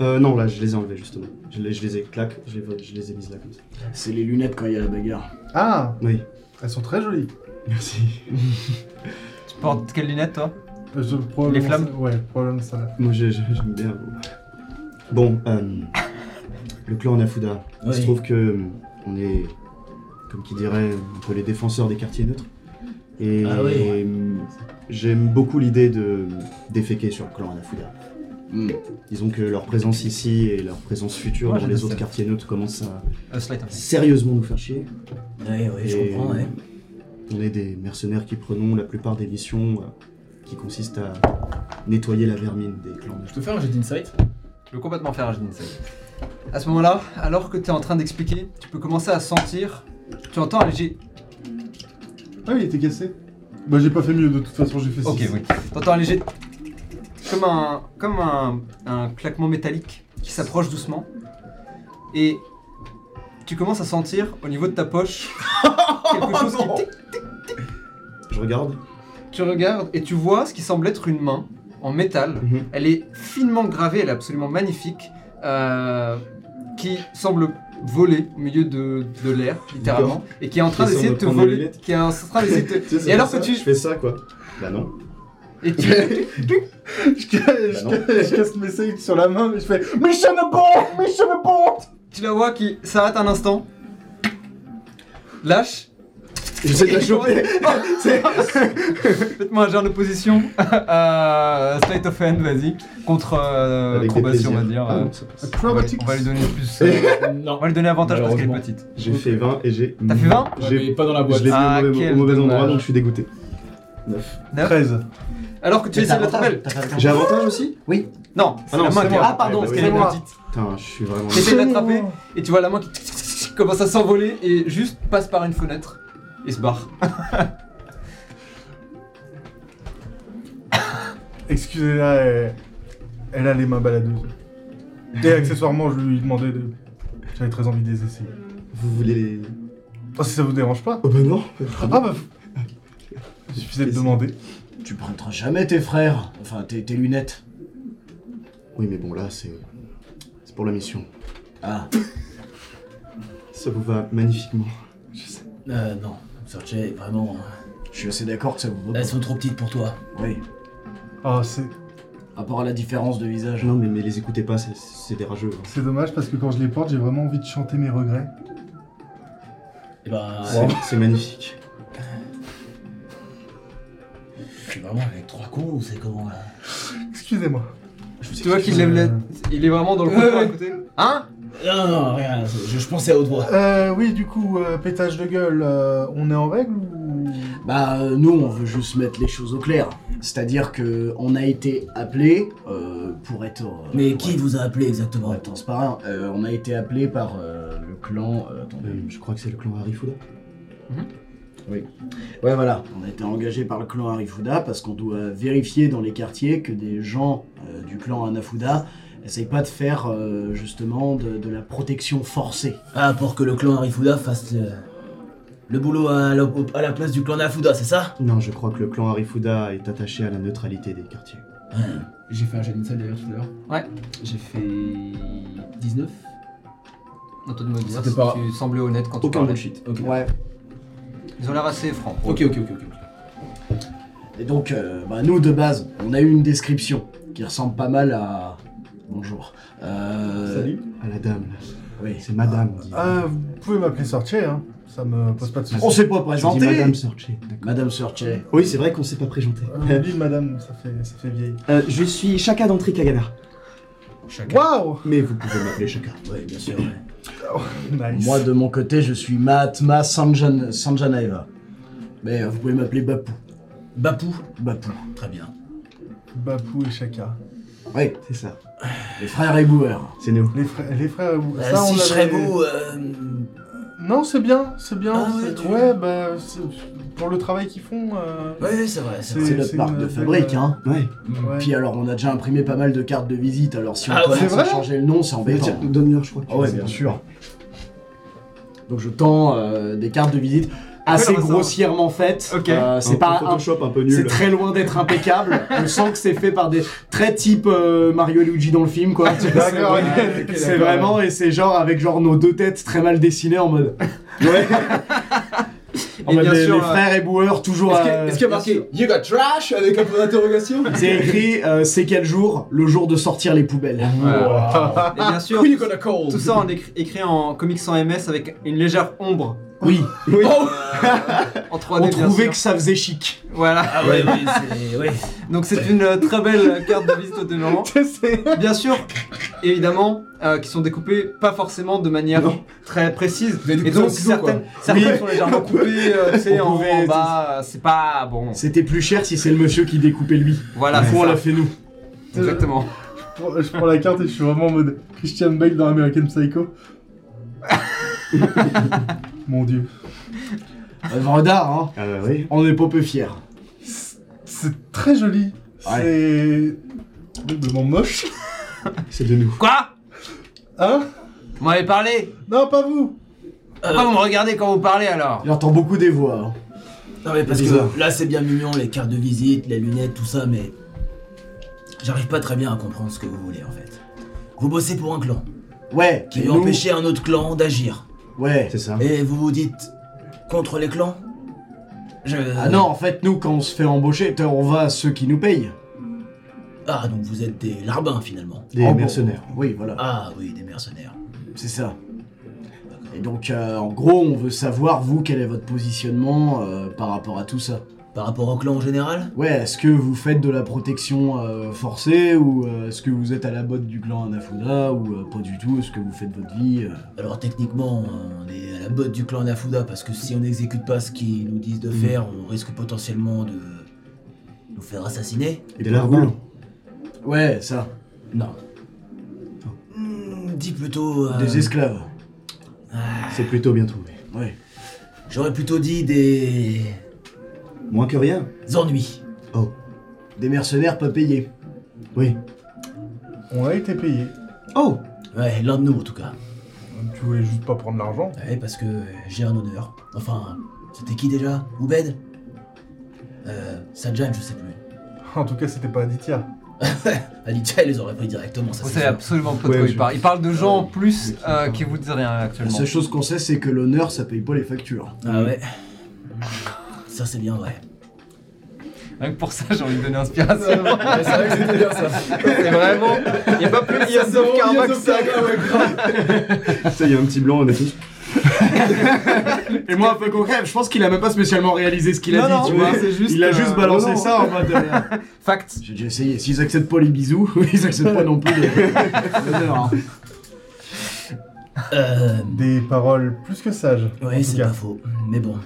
L: Euh, non, là, je les ai enlevés, justement. Je les, je les ai clac, je les, je les ai mises là comme ça.
N: C'est les lunettes quand il y a la bagarre.
F: Ah,
L: Oui.
F: elles sont très jolies.
L: Merci.
B: Tu portes quelles lunettes toi
F: Euh, je- probablement
B: Les flammes
F: ça- Ouais, probablement ça.
L: Moi, je- je- j'aime bien. vous. Bon, euh, le clan Nafuda. Il se
I: Oui.
L: trouve que euh, on est, comme qui dirait, un peu les défenseurs des quartiers neutres. Et
I: Ah oui.
L: euh, j'aime beaucoup l'idée de déféquer sur le clan Nafuda.
N: Hmm.
L: Disons que leur présence ici et leur présence future
B: Moi,
L: dans
B: j'aime
L: les
B: ça.
L: autres quartiers neutres commencent à
B: Euh, Slate, en fait.
L: sérieusement nous faire chier.
I: ouais, ouais, je
L: Et
I: comprends, ouais.
L: On est des mercenaires qui prenons la plupart des missions euh, qui consistent à nettoyer la vermine des clans neutres.
D: Je te fais un jet d'insight.
B: Je veux complètement faire un jet d'insight. À ce moment-là, alors que tu es en train d'expliquer, tu peux commencer à sentir. Tu entends un léger.
F: Ah, il était cassé. Bah, j'ai pas fait mieux, de toute façon, j'ai fait ça.
B: Ok, oui. T'entends un léger. Comme un, comme un, un claquement métallique qui s'approche doucement. Et tu commences à sentir au niveau de ta poche quelque chose qui. tic.
L: Je regarde.
B: Tu regardes et tu vois ce qui semble être une main en métal.
L: Mhm.
B: Elle est finement gravée, elle est absolument magnifique. euh, qui semble voler au milieu de, de l'air, littéralement, et qui est en train
O: Qui est en
B: d'essayer de
O: train
B: te
O: de prendre les
B: voler.
O: lunettes.
B: Qui est en train d'essayer de
O: Tu sais,
B: te.
O: (laughs) c'est
B: Et alors que
O: comme ça,
B: tu.
O: Je fais ça, quoi. Bah non.
B: Et tu...
F: Je, casse-
O: Bah non.
F: je casse- je casse mes seins sur la main, mais je fais Mission abort Mission abort
B: Tu la vois qui s'arrête un instant, lâche.
O: J'essaie de
F: (laughs)
O: la choper. (laughs)
B: Faites-moi un genre de position. (laughs) euh, State of Hand, vas-y. Contre euh,
O: Avec des
B: acrobatie, on va
O: plaisirs.
B: dire.
O: Ah
B: euh.
O: non, ça passe.
B: on, va,
F: Acrobatics.
B: on va lui donner plus. euh, on
D: Non.
B: va lui donner avantage parce qu'elle est
D: Malheureusement.
B: petite.
O: J'ai fait 20 et j'ai.
B: T'as fait 20
D: Ouais,
O: J'ai-
D: mais pas dans la
O: Je
D: boîte.
O: l'ai mis
B: Ah,
O: au mauvais,
B: quel
O: au mauvais endroit,
B: dommage.
O: donc je suis dégoûté. 9.
F: 13.
B: Alors que tu essaies de la
I: T'as
B: trouver.
I: pas le temps.
O: J'ai avantage aussi
B: Non, c'est
O: non,
B: la main
O: c'est
B: qui
O: moi.
B: a-
L: Ah, pardon,
B: parce
O: oui,
B: qu'elle est
O: oui.
B: petite.
O: Putain, je suis vraiment.
B: T'essaies de l'attraper et tu vois la main qui commence à s'envoler et juste passe par une fenêtre et se barre.
F: Excusez-la, elle... elle a les mains baladeuses. Et accessoirement, je lui demandais de. J'avais très envie de les essayer.
O: Vous voulez les.
F: Oh, si ça vous
O: (laughs)
F: dérange pas
O: Oh bah non
F: Ah bah. Il suffisait de demander.
L: Tu prêteras jamais tes frères, enfin tes, tes lunettes.
O: Oui, mais bon, là, c'est. C'est pour la mission.
I: Ah.
O: Ça vous va magnifiquement.
I: Euh, non. Search est vraiment. euh,
L: Je suis assez d'accord que ça vous va.
I: Elles sont trop petites pour toi.
L: Oui.
F: Ah, c'est
L: Rapport à la différence de visage.
O: Non, mais, mais les écoutez pas, c'est- c'est des rageux. hein.
F: c'est dommage parce que quand je les porte, j'ai vraiment envie de chanter mes regrets.
I: Et ben,
O: C'est- C'est magnifique.
I: je suis vraiment avec trois cons ou c'est comment là
F: Excusez-moi.
B: Tu vois qu'il lève la... Il est vraiment dans le coin à côté. Hein
I: Non, non, rien. Je, je pensais à haute voix.
F: Euh, oui, du coup, euh, pétage de gueule, euh, on est en règle ou.
L: Bah euh, nous on veut juste mettre les choses au clair. C'est-à-dire que on a été appelé euh, pour être. euh,
I: Mais
L: pour
I: qui
L: être-
I: vous a appelé
L: pour
I: exactement
L: être transparent, euh, on a été appelé par euh, le clan. euh, attendez. Mhm.
O: Euh, je crois que c'est le clan Harifouda.
L: Ouais, voilà. On a été engagé par le clan Harifuda parce qu'on doit vérifier dans les quartiers que des gens euh, du clan Anafuda essayent pas de faire euh, justement de, de la protection forcée.
I: Ah, pour que le clan Harifuda fasse euh, le boulot à la, à la place du clan Nafuda, c'est ça
O: Non, je crois que le clan Harifuda est attaché à la neutralité des quartiers.
D: J'ai fait un jet d'insight d'ailleurs tout à l'heure.
B: Ouais.
D: J'ai fait 19.
B: Attends de me dire
D: C'était
B: si
D: pas-
B: tu semblais honnête quand tu
O: Aucun
B: parlais.
O: bullshit.
D: Ok.
L: Ouais.
B: Ils ont l'air assez francs.
D: Ok, ok, ok, ok.
L: Et donc, euh, bah, nous de base, on a eu une description qui ressemble pas mal à. Bonjour. Euh,
O: À la dame, là.
L: Oui.
O: C'est madame. dit.
F: Euh, vous pouvez m'appeler Sortier, hein. Ça me pose pas de soucis.
L: On s'est pas
O: Je dis
L: présenté.
O: madame Searcher.
L: Madame Searchet.
O: Oui, c'est vrai qu'on s'est pas présenté.
F: Euh, oublie le madame, ça fait, ça fait vieille.
O: Euh, je suis Chaka d'entrée Kagana.
F: Waouh
O: Mais vous pouvez m'appeler Chaka.
L: Oui, bien sûr. ouais.
F: Nice.
L: Moi de mon côté, je suis Mahatma Sanjan... Sanjanaeva. Mais euh, vous pouvez m'appeler Bapu.
I: Bapou
L: Bapu.
I: Très bien.
F: Bapou et Chaka.
L: Oui,
O: C'est ça.
L: les frères éboueurs.
O: C'est nous.
F: Les frères, les frères vous-
I: Euh,
F: ça, on
I: si je serais
F: l'avait-
I: beau, euh,
F: Non, c'est bien, c'est bien.
I: Ah
F: c'est-
I: ouais, tu-
F: bah, c'est- pour le travail qu'ils font. euh,
I: Ouais, c'est vrai, c'est
F: C'est-
I: vrai.
L: C'est notre
F: une
L: marque de
F: belle,
L: fabrique,
F: euh,
L: hein.
O: Ouais.
F: ouais.
L: Puis alors, on a déjà imprimé pas mal de cartes de visite, alors si on
I: Ah ouais,
L: commence
F: c'est
L: à
F: vrai
L: changer le nom, c'est embêtant.
O: Tiens, Donne-leur, je crois. que tu
L: Ah ouais,
O: les as.
L: bien sûr. Donc je tends euh, des cartes de visite assez
B: on va savoir.
L: grossièrement faites.
B: Ok.
L: Euh,
O: Un-
L: c'est pas
O: un
L: un-
O: Photoshop un peu nul.
L: c'est très loin d'être impeccable. on sent que c'est fait par des très type euh, Mario et Luigi dans le film, quoi. Tu vois, c'est-
F: D'accord, ok.
L: C'est vraiment, et c'est genre avec genre nos deux têtes très mal dessinées en mode.
O: Ouais.
L: En
B: Et
L: mode
B: bien
L: les,
B: sûr,
L: les
B: euh,
L: frères éboueurs, toujours.
D: Est-ce qu'il y a-
L: à-
D: est-ce qu'il y a marqué You got trash avec un point (laughs) d'interrogation
L: C'est écrit, euh, c'est quel jour Le jour de sortir les poubelles.
B: Voilà. Et bien sûr,
D: Who you gonna call
B: tout ça en écrit, écrit en comics sans MS avec une légère ombre
L: Oui,
B: en 3D.
L: on
B: bien
L: trouvait
B: sûr.
L: que ça faisait chic.
B: Voilà.
I: Ah ouais, oui, c'est... Ouais.
B: Donc c'est une euh, très belle carte de visite de moment. Bien sûr, évidemment, euh, qui sont découpées pas forcément de manière très précise.
D: Mais
B: Et
D: découpées au
B: donc
D: ciseau, quoi.
B: certaines, certaines sont légèrement coupées, euh, tu sais,
L: On
B: en, haut,
L: pouvait-
B: en bas. euh, C'est pas bon.
L: C'était plus cher si c'est le monsieur qui découpait lui.
B: Voilà,
L: Du coup,
B: c'est
L: on
B: ça.
L: l'a fait nous.
B: Exactement.
F: Je prends- Je prends la carte et je suis vraiment en mode Christian Bale dans American Psycho. Mon dieu.
L: Œuvre d'art, hein.
O: Ah bah oui.
L: On n'est pas peu fiers.
F: C'est très joli. C'est. doublement moche.
O: C'est de nous.
B: Quoi
F: Hein
B: Vous m'avez parlé
F: Non, pas vous
B: Pourquoi vous me regardez quand vous parlez alors
L: J'entends beaucoup des voix. hein.
I: Non mais parce
L: Bizarre.
I: que là c'est bien mignon, les cartes de visite, les lunettes, tout ça, mais j'arrive pas très bien à comprendre ce que vous voulez en fait. Vous bossez pour un clan.
L: Ouais,
I: qui
L: mais
I: veut
L: nous-
I: empêcher un autre clan d'agir.
L: Ouais.
O: C'est ça.
I: Et vous vous dites contre les clans Je...
L: Ah non, en fait, nous, quand on se fait embaucher, t'as- on va à ceux qui nous payent.
I: Ah, donc vous êtes des larbins finalement.
O: Des
L: En gros.
O: mercenaires.
L: Oui, voilà,
I: Ah oui, des mercenaires.
L: c'est ça. Et donc, euh, en gros, on veut savoir, vous, quel est votre positionnement euh, par rapport à tout ça.
I: Par rapport au clan en général
L: Ouais, est-ce que vous faites de la protection euh, forcée ou euh, est-ce que vous êtes à la botte du clan Anafuda ou euh, pas du tout Est-ce que vous faites votre vie euh,
I: Alors techniquement, on est à la botte du clan Nafuda parce que si on n'exécute pas ce qu'ils nous disent de
L: Mm.
I: faire, on risque potentiellement de nous faire assassiner.
O: Des larbins.
L: Ouais, ça,
I: Non. Hmm, dis plutôt. euh,
L: des esclaves.
O: C'est plutôt bien trouvé.
L: Ouais.
I: J'aurais plutôt dit des
O: Moins que rien. Oh.
I: ennuis.
L: Des mercenaires pas payés.
O: Oui.
F: On a été payé.
O: Oh
I: Ouais, l'un de nous en tout cas.
F: Tu voulais juste pas prendre l'argent. (laughs)
I: Ouais, parce que j'ai un honneur. Enfin, c'était qui déjà Oubed Euh. Sajan, je sais plus.
F: En tout cas, c'était pas Aditya.
I: Alitia, (laughs) elle les aurait pris directement, ça
B: Vous
I: c'est
B: savez
I: sûr.
B: absolument pas de
O: Ouais,
B: quoi
O: je-
B: il parle. Il parle de gens en
O: je
B: plus
O: sais
B: euh,
O: pas.
B: qui vous disent rien
L: La
B: actuellement.
L: seule chose qu'on sait, c'est que l'honneur, ça paye pas les factures.
I: Ah ouais. Ça c'est bien vrai.
B: Rien que pour ça, j'ai envie de donner inspiration.
D: Ouais, c'est vrai que c'était bien ça.
B: C'est vraiment. Il n'y a pas plus de Yes of Karma que ça.
O: Ça, il y a un petit blanc, on est tous.
L: Et moi, un peu concret, je pense qu'il a même pas spécialement réalisé ce qu'il
B: Non, non, mais c'est juste,
L: Il a juste
B: euh,
L: balancé
B: non, non.
L: ça en mode. euh,
B: Fact.
L: (laughs) J'ai déjà essayé. S'ils acceptent pas les bisous, (laughs) ils acceptent pas non plus le- l'honneur. hein.
I: Euh.
F: Des paroles plus que sages. en
I: Ouais,
F: tout
I: c'est
F: cas.
I: pas faux. Mais bon.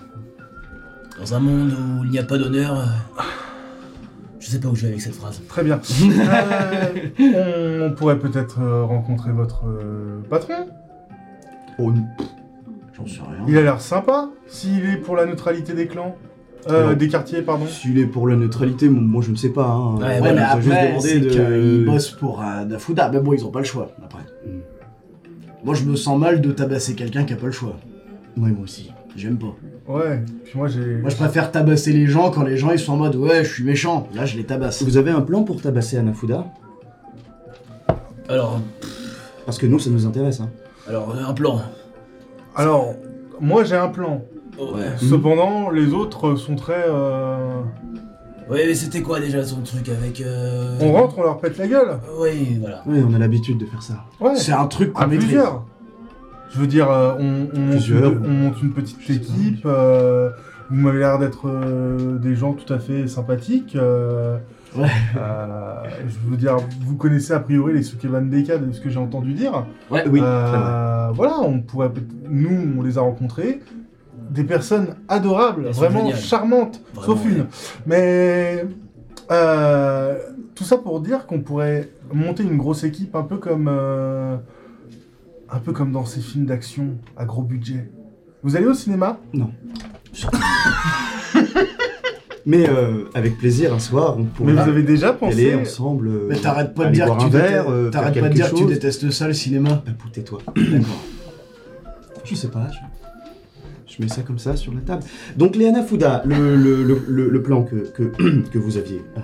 I: Dans un monde où il n'y a pas d'honneur. euh, Je sais pas où je vais avec cette phrase.
F: Très bien. Euh, on pourrait peut-être euh, rencontrer votre euh, patron.
O: Oh, non.
L: J'en sais rien.
F: Il a l'air sympa. S'il est pour la neutralité des clans. Euh,
O: Non.
F: des quartiers, pardon.
O: S'il est pour la neutralité, moi, moi, je ne sais pas. Hein.
I: Ouais,
L: Ouais,
O: on
L: mais
O: nous a juste
L: après,
O: demandé
L: c'est
O: de-
L: qu'ils bossent pour euh, Nafuda. Mais bon, ils ont pas le choix, après.
O: Mm.
L: Hmm. Moi, je me sens mal de tabasser quelqu'un qui a pas le choix.
O: Ouais, moi aussi.
L: J'aime pas.
F: Ouais. Puis moi, j'ai.
L: Moi, je préfère tabasser les gens quand les gens, ils sont en mode « Ouais, je suis méchant ». Là, je les tabasse.
O: Vous avez un plan pour tabasser Anafuda
I: Alors,
O: Parce que nous, ça nous intéresse. Hein.
I: alors euh, un plan.
F: Alors, moi, j'ai un plan.
I: Ouais.
L: Hmm.
F: Cependant, les autres sont très. euh,
I: Ouais, mais c'était quoi déjà son truc avec. Euh...
F: On rentre, on leur pète la gueule.
I: Oui, voilà.
O: Ouais, on a l'habitude de faire ça.
F: Ouais.
L: C'est un truc qu'on
F: À
L: maîtrise.
F: plusieurs. Je veux dire, euh, on, on monte
O: Plusieurs,
F: une,
O: ou-
F: on monte une petite
O: je sais pas.
F: équipe. euh, vous m'avez l'air d'être euh, des gens tout à fait sympathiques. euh,
L: Ouais.
F: euh, je veux dire, vous connaissez a priori les Sukeban Deka de ce que j'ai entendu dire.
O: Ouais, oui.
F: Euh,
O: c'est vrai.
F: voilà, on pourrait. peut- Nous, on les a rencontrés. Des personnes adorables,
I: Elles sont
F: vraiment
I: géniales.
F: charmantes,
I: Vraiment,
F: sauf une.
I: ouais.
F: Mais. euh, tout ça pour dire qu'on pourrait monter une grosse équipe un peu comme. euh, un peu comme dans ces films d'action à gros budget. Vous allez au cinéma
O: Mais euh, avec plaisir, un soir, on pourrait
F: Mais vous avez déjà pensé.
O: aller ensemble. euh,
L: Mais t'arrêtes pas de
O: aller
L: dire
O: boire
L: que
O: un
L: tu,
O: verre,
L: détestes-
O: euh, faire
L: t'arrêtes pas de
O: quelque
L: dire que tu
O: chose.
L: détestes ça, le cinéma.
O: Bah,
L: (clears throat)
O: toi
L: D'accord.
O: Je sais pas. Je, je mets ça comme ça sur la table. Donc, les Anafuda, le, le, le, le- le plan que, que, (clears throat) que vous aviez.
L: Ah,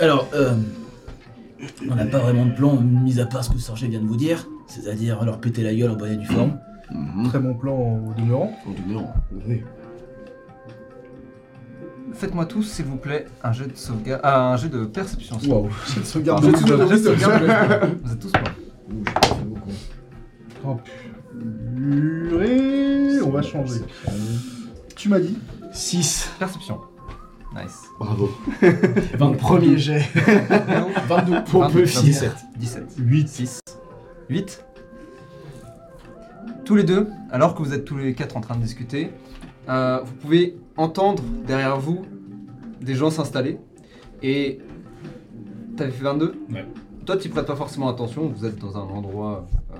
O: euh,
I: Alors, euh, on n'a pas vraiment de plan, mis à part ce que Sorge vient de vous dire, c'est-à-dire leur péter la gueule en bonne et due forme.
F: Très bon plan au demeurant.
L: Au demeurant.
O: oui.
B: Faites-moi tous, s'il vous plaît, un jeu de sauvegarde. Ah, un jeu de perception. s'il vous
D: Wow.
F: Je te
B: plaît.
F: regarde.
B: Un jeu de
O: euh,
B: un jeu de sauvegarde. Vous êtes tous morts.
F: Oh purée, on va changer. Tu m'as dit
L: 6.
B: Perception. Nice.
O: Bravo.
L: Premier jet.
B: 22
L: Pour peu fier.
B: 17. 17. 8. 6. 8. Tous les deux, alors que vous êtes tous les quatre en train de discuter, euh, vous pouvez entendre derrière vous des gens s'installer. Et. T'avais fait 22
K: Ouais.
B: Toi, tu prêtes pas forcément attention, vous êtes dans un endroit. euh,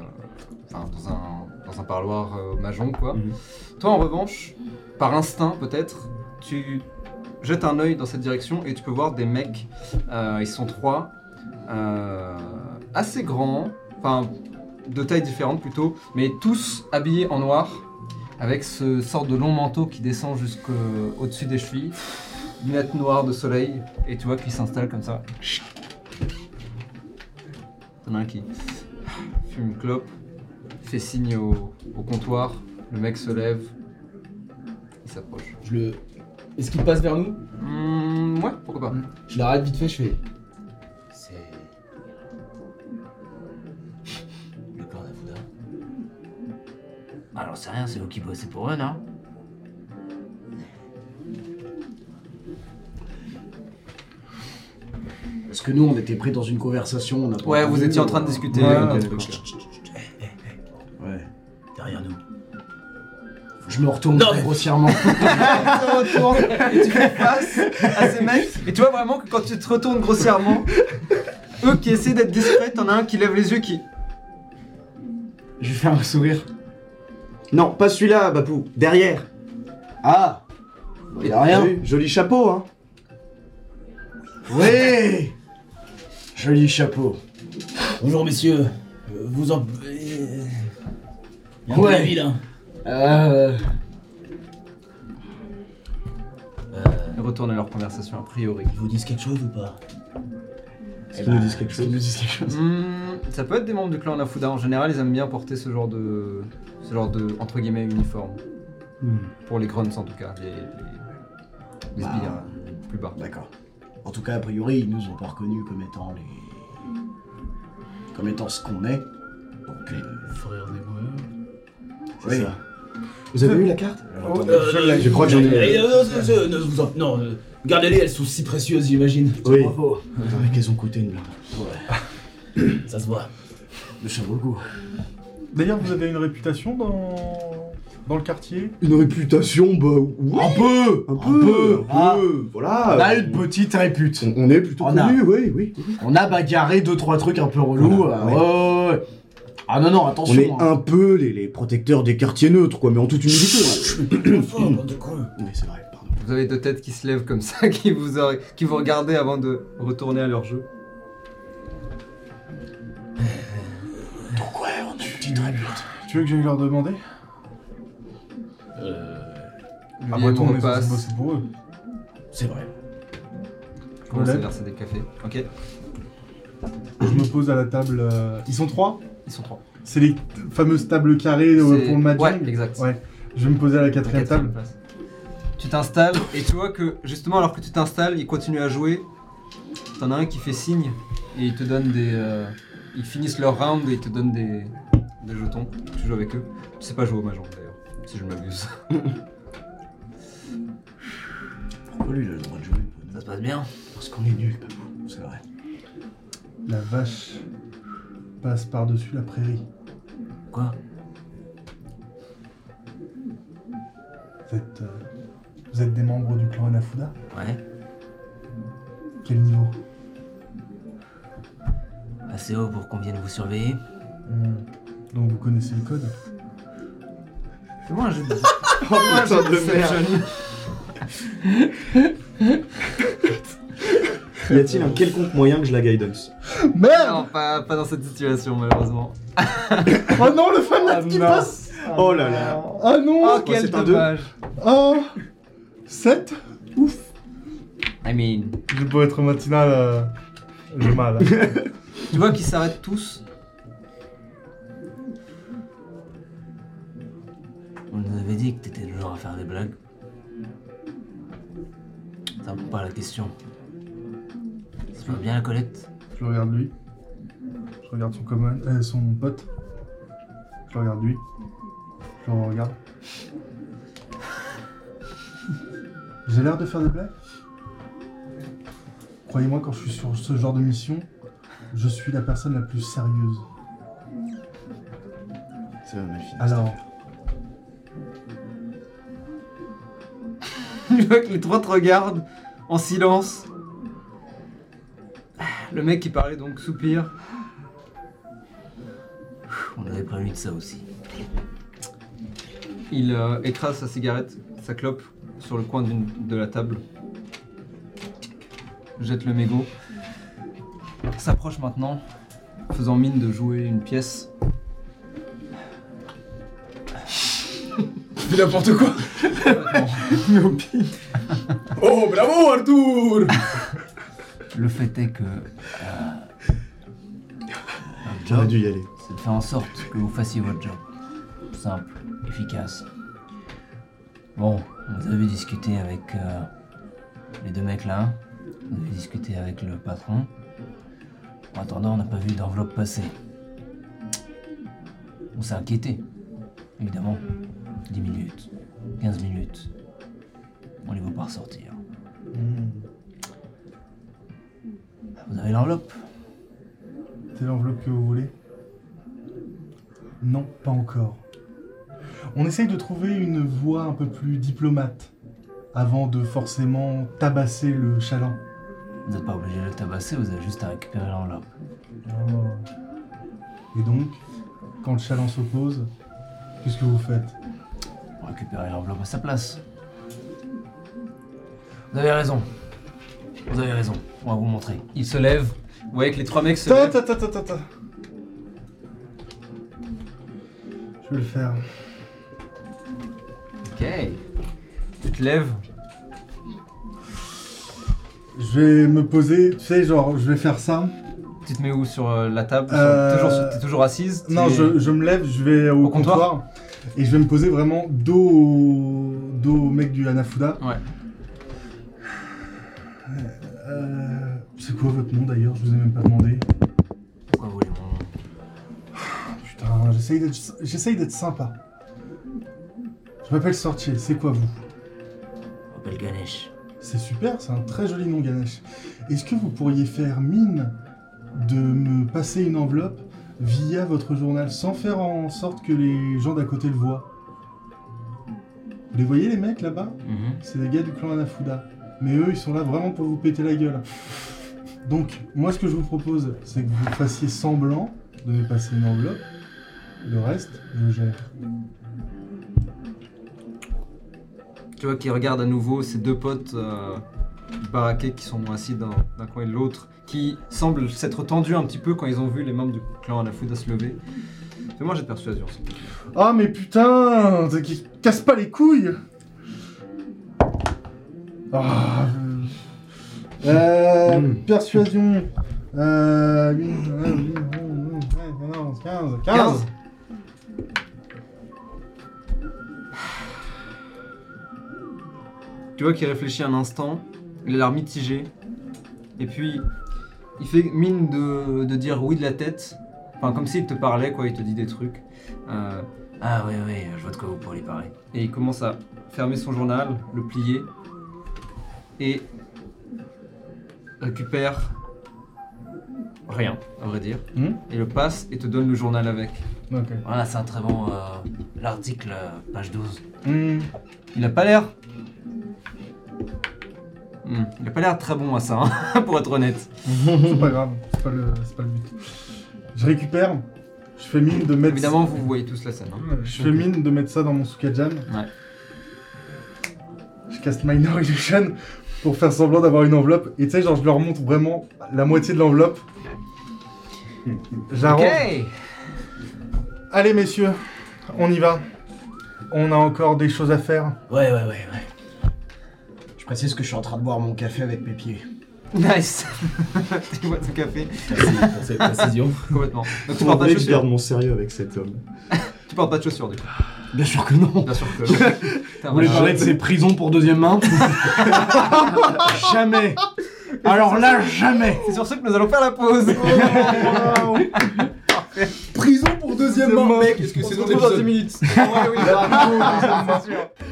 B: Enfin, dans un, dans un parloir euh, majon, quoi.
O: Mhm.
B: Toi, en revanche, par instinct peut-être, tu jettes un œil dans cette direction et tu peux voir des mecs. euh, ils sont trois, euh, assez grands, enfin de tailles différentes plutôt, mais tous habillés en noir, avec ce sorte de long manteau qui descend jusqu'au-dessus des chevilles, lunettes noires de soleil, et tu vois qu'ils s'installent comme ça. T'en as un qui fume une clope, Il fait signe au, au comptoir. Le mec se lève. Il s'approche.
D: Je le. Est-ce qu'il passe vers nous
B: Hmm, ouais, pourquoi pas.
D: Je l'arrête vite fait, je fais. C'est.
I: Le clan d'Afuda.
K: Alors c'est bah, rien, c'est vous qui bossez pour eux, non
L: Parce que nous, on était pris dans une conversation. On a pas
B: Ouais,
L: entendu,
B: vous étiez en train de
L: euh,
B: discuter.
L: ouais,
B: ok,
L: ouais.
B: d'accord.
L: Ouais.
I: Derrière nous.
L: Je me retourne
K: Non,
L: très
K: mais-
B: (laughs)
L: grossièrement.
B: Tu te retournes et tu fais face à ces mecs. Et tu vois vraiment que quand tu te retournes grossièrement, eux qui essaient d'être discrets, t'en as un qui lève les yeux qui.
L: je lui fais un sourire.
O: Non, pas celui-là, Bapou. Derrière.
L: Ah Il a
O: T'as
L: rien.
O: vu Joli chapeau, hein.
L: Oui Joli chapeau.
I: Bonjour messieurs. Euh, Vous en. Euh, Il y a un
L: Ouais.
I: peu la ville, hein.
L: Euh,
B: Ils retournent à leur conversation a priori.
I: Ils vous disent quelque chose ou pas
O: Est-ce qu'ils nous disent quelque chose
B: Hmm, ça peut être des membres du clan Nafuda. En général, ils aiment bien porter ce genre de. ce genre de. entre guillemets, uniforme.
O: Hmm.
B: Pour les grunts en tout cas, les. les, les
L: Bah.
B: sbires euh, plus bas.
L: D'accord. En tout cas, a priori, ils nous ont pas reconnus comme étant les. comme étant ce qu'on est. Donc, euh,
I: Frère des
L: c'est
O: Oui.
L: ça.
O: Vous avez eu la carte
L: Euh,
O: Euh, Je crois que
I: Euh,
O: j'en ai.
I: ai. Non, vous en- non, euh, gardez-les, elles sont si précieuses, j'imagine.
O: Oui.
L: Bravo.
O: Attendez qu'elles ont coûté une blinde.
I: Ça
O: (laughs)
I: se voit.
L: Mais ça vaut le coup.
F: D'ailleurs, vous avez une réputation dans, dans le quartier
O: Une réputation, bah oui. Un peu, un peu, un
L: Ah.
O: peu. Voilà.
L: On a une petite répute.
O: On, on est plutôt
L: On a.
O: connus, oui, oui. oui.
L: On a bagarré deux trois trucs un peu relous.
O: Voilà,
L: euh, ouais, ouais, ouais. Ah non non,
O: On est
L: attention. hein.
O: un peu les, les protecteurs des quartiers neutres, quoi, mais en toute humilité.
I: Fort, bande de cons.
O: oui, c'est vrai, pardon.
B: Vous avez deux têtes qui se lèvent comme ça, (laughs) qui vous, auraient- qui vous regardez avant de retourner à leur jeu.
L: Donc ouais, on a une petite répute.
F: Tu veux que j'aille leur demander Euh,
B: Le
F: Après
B: vieil
F: tout, on est
B: repasse.
F: censé bosser pour eux.
L: C'est vrai.
B: Commence à
F: Voilà.
B: verser des cafés. Ok,
F: Je me pose à la table. euh, Ils sont trois
B: ils sont trois.
F: C'est les fameuses tables carrées euh,
B: C'est-
F: pour le Magic
B: Ouais, exact.
F: Ouais. Je vais me poser à la quatrième table.
B: place. Tu t'installes et tu vois que justement alors que tu t'installes, il continue à jouer. T'en as un qui fait signe et il te donne des. euh, ils finissent leur round et ils te donnent des, des jetons. Tu joues avec eux. Tu sais pas jouer au Mahjong d'ailleurs, si je ne m'abuse.
L: Pourquoi lui il a le droit de jouer
K: Ça se passe bien.
L: Parce qu'on est nuls, Papou. C'est vrai.
F: La vache passe par-dessus la prairie.
K: Quoi
F: Vous êtes, euh, vous êtes des membres du clan Anafuda
K: Ouais.
F: Quel niveau
K: Assez haut pour qu'on vienne vous surveiller.
F: Hmm. Donc vous connaissez le code
B: Fais-moi un jeu de
O: Oh putain de merde Y a-t-il un quelconque moyen que je la guidance
B: Non, pas, pas dans cette situation malheureusement.
F: (laughs) Oh non, le fanat qui passe
O: Oh là là
F: Ah non
B: Oh quel
O: c'est un
B: dommage
F: 7 Ouf
B: I mean.
F: Je peux être matinal, euh, j'ai mal.
B: Tu vois qu'ils s'arrêtent tous.
K: On nous avait dit que t'étais le genre à faire des blagues. Ça me pas la question. Ça se passe bien la collecte
F: Je regarde lui. Je regarde son, commun, euh, son pote. Je regarde lui. Je le regarde. J'ai l'air de faire des blagues Croyez-moi, quand je suis sur ce genre de mission, je suis la personne la plus sérieuse.
O: Ça va mal finir.
F: Alors,
B: (laughs) Tu vois que les trois te regardent en silence. Le mec qui parlait donc soupire.
K: On avait prévu de ça aussi.
B: Il euh, écrase sa cigarette, sa clope, sur le coin d'une- de la table. Jette le mégot. S'approche maintenant, faisant mine de jouer une pièce.
D: Fais n'importe quoi Oh, bravo Arthur
K: Le fait est que. euh, euh, Notre
F: hein
O: J'aurais
K: job,
O: dû y aller.
K: c'est de faire en sorte que vous fassiez votre job. Simple, efficace. Bon, vous avez discuté avec euh, les deux mecs là. Vous avez discuté avec le patron. En attendant, on n'a pas vu d'enveloppe passer. On s'est inquiété, évidemment. 10 minutes, 15 minutes. On les voit pas ressortir.
F: Hmm.
K: Vous avez l'enveloppe
F: C'est l'enveloppe que vous voulez Non, pas encore. On essaye de trouver une voie un peu plus diplomate avant de forcément tabasser le chaland.
K: Vous n'êtes pas obligé de le tabasser, vous avez juste à récupérer l'enveloppe.
F: Et donc, quand le chaland s'oppose, qu'est-ce que vous faites
K: Vous récupérez l'enveloppe à sa place. Vous avez raison. Vous avez raison. On va vous montrer.
B: Il se lève. Vous voyez que les trois mecs se
F: Ta
B: lèvent.
F: ta ta ta ta ta. Je vais le faire.
B: Ok. Tu te lèves.
F: Je vais me poser, tu sais, genre, je vais faire ça.
B: Tu te mets où sur euh, la table Sur-
F: Euh,
B: toujours, sur- T'es toujours assise T'es-
F: Non, je, je me lève, je vais au,
B: Au comptoir
F: et je vais me poser vraiment dos au, dos au mec du Hanafuda.
B: Ouais.
F: Euh, c'est quoi votre nom d'ailleurs Je vous ai même pas demandé.
K: Pourquoi vous voulez mon nom
F: Putain, j'essaye d'être- j'essaye d'être sympa. Je m'appelle Sortier, c'est quoi vous
K: Je m'appelle Ganesh.
F: C'est super, c'est un très joli nom, Ganesh. Est-ce que vous pourriez faire mine de me passer une enveloppe via votre journal sans faire en sorte que les gens d'à côté le voient Vous les voyez, les mecs là-bas C'est des gars du clan Anafuda. Mais eux, ils sont là vraiment pour vous péter la gueule. (laughs) Donc, moi, ce que je vous propose, c'est que vous fassiez semblant de me passer une enveloppe. Le reste, je gère.
B: Tu vois qu'ils regardent à nouveau ces deux potes euh, baraqués qui sont assis d'un d'un coin et de l'autre, qui semblent s'être tendus un petit peu quand ils ont vu les membres du clan Anafuda se lever. Fais-moi j'ai de persuasion. s'il te plaît.
F: Ah, mais putain t'as- qui- Casse pas les couilles Ah, euh, euh, Persuasion. Euh, 15, 15.
B: 15. Tu vois qu'il réfléchit un instant, il a l'air mitigé, et puis il fait mine de, de dire oui de la tête, enfin comme s'il te parlait quoi, il te dit des trucs, Euh,
K: Ah oui, oui, je vois de quoi vous pourriez parler.
B: et il commence à fermer son journal, le plier, et récupère rien, à vrai dire,
F: Hmm.
B: et le passe et te donne le journal avec.
F: Ok.
K: Voilà, c'est un très bon... euh, L'article, euh, page 12.
F: Hmm.
B: Il a pas l'air. Hmm, Il a pas l'air très bon à ça, hein, (laughs) pour être honnête.
F: C'est pas grave, c'est pas, le, c'est pas le but. Je récupère, je fais mine de mettre.
B: Évidemment, vous voyez tous la scène. hein.
F: Je fais mine de mettre ça dans mon Sukajan.
B: Ouais.
F: Je casse Minor Illusion pour faire semblant d'avoir une enveloppe. Et tu sais, genre, je leur montre vraiment la moitié de l'enveloppe. J'arrange.
B: Ok
F: Allez, messieurs, on y va. On a encore des choses à faire.
K: Ouais, ouais, ouais, ouais.
L: Je précise que je suis en train de boire mon café avec mes pieds.
B: Nice (laughs) Tu vois ton café
D: Merci pour cette précision.
B: Complètement.
L: Ah,
B: Donc tu
O: Vous
B: portes pas
O: voulez
B: de
O: que je garde
B: chaussures
O: mon sérieux avec cet homme
B: Tu portes pas de chaussures, du coup.
L: Bien sûr que non.
B: Bien
L: (laughs)
B: sûr que. Putain,
L: Vous voulez
B: voilà.
L: parler de ces prisons pour deuxième main Jamais Alors là, jamais
B: C'est sur ce que nous allons faire la pause
L: Oh.
B: (laughs)
D: Prison pour deuxième mort, mec. Est-ce que c'est dans
B: dans 10 minutes On va aller au Wizard. C'est sûr.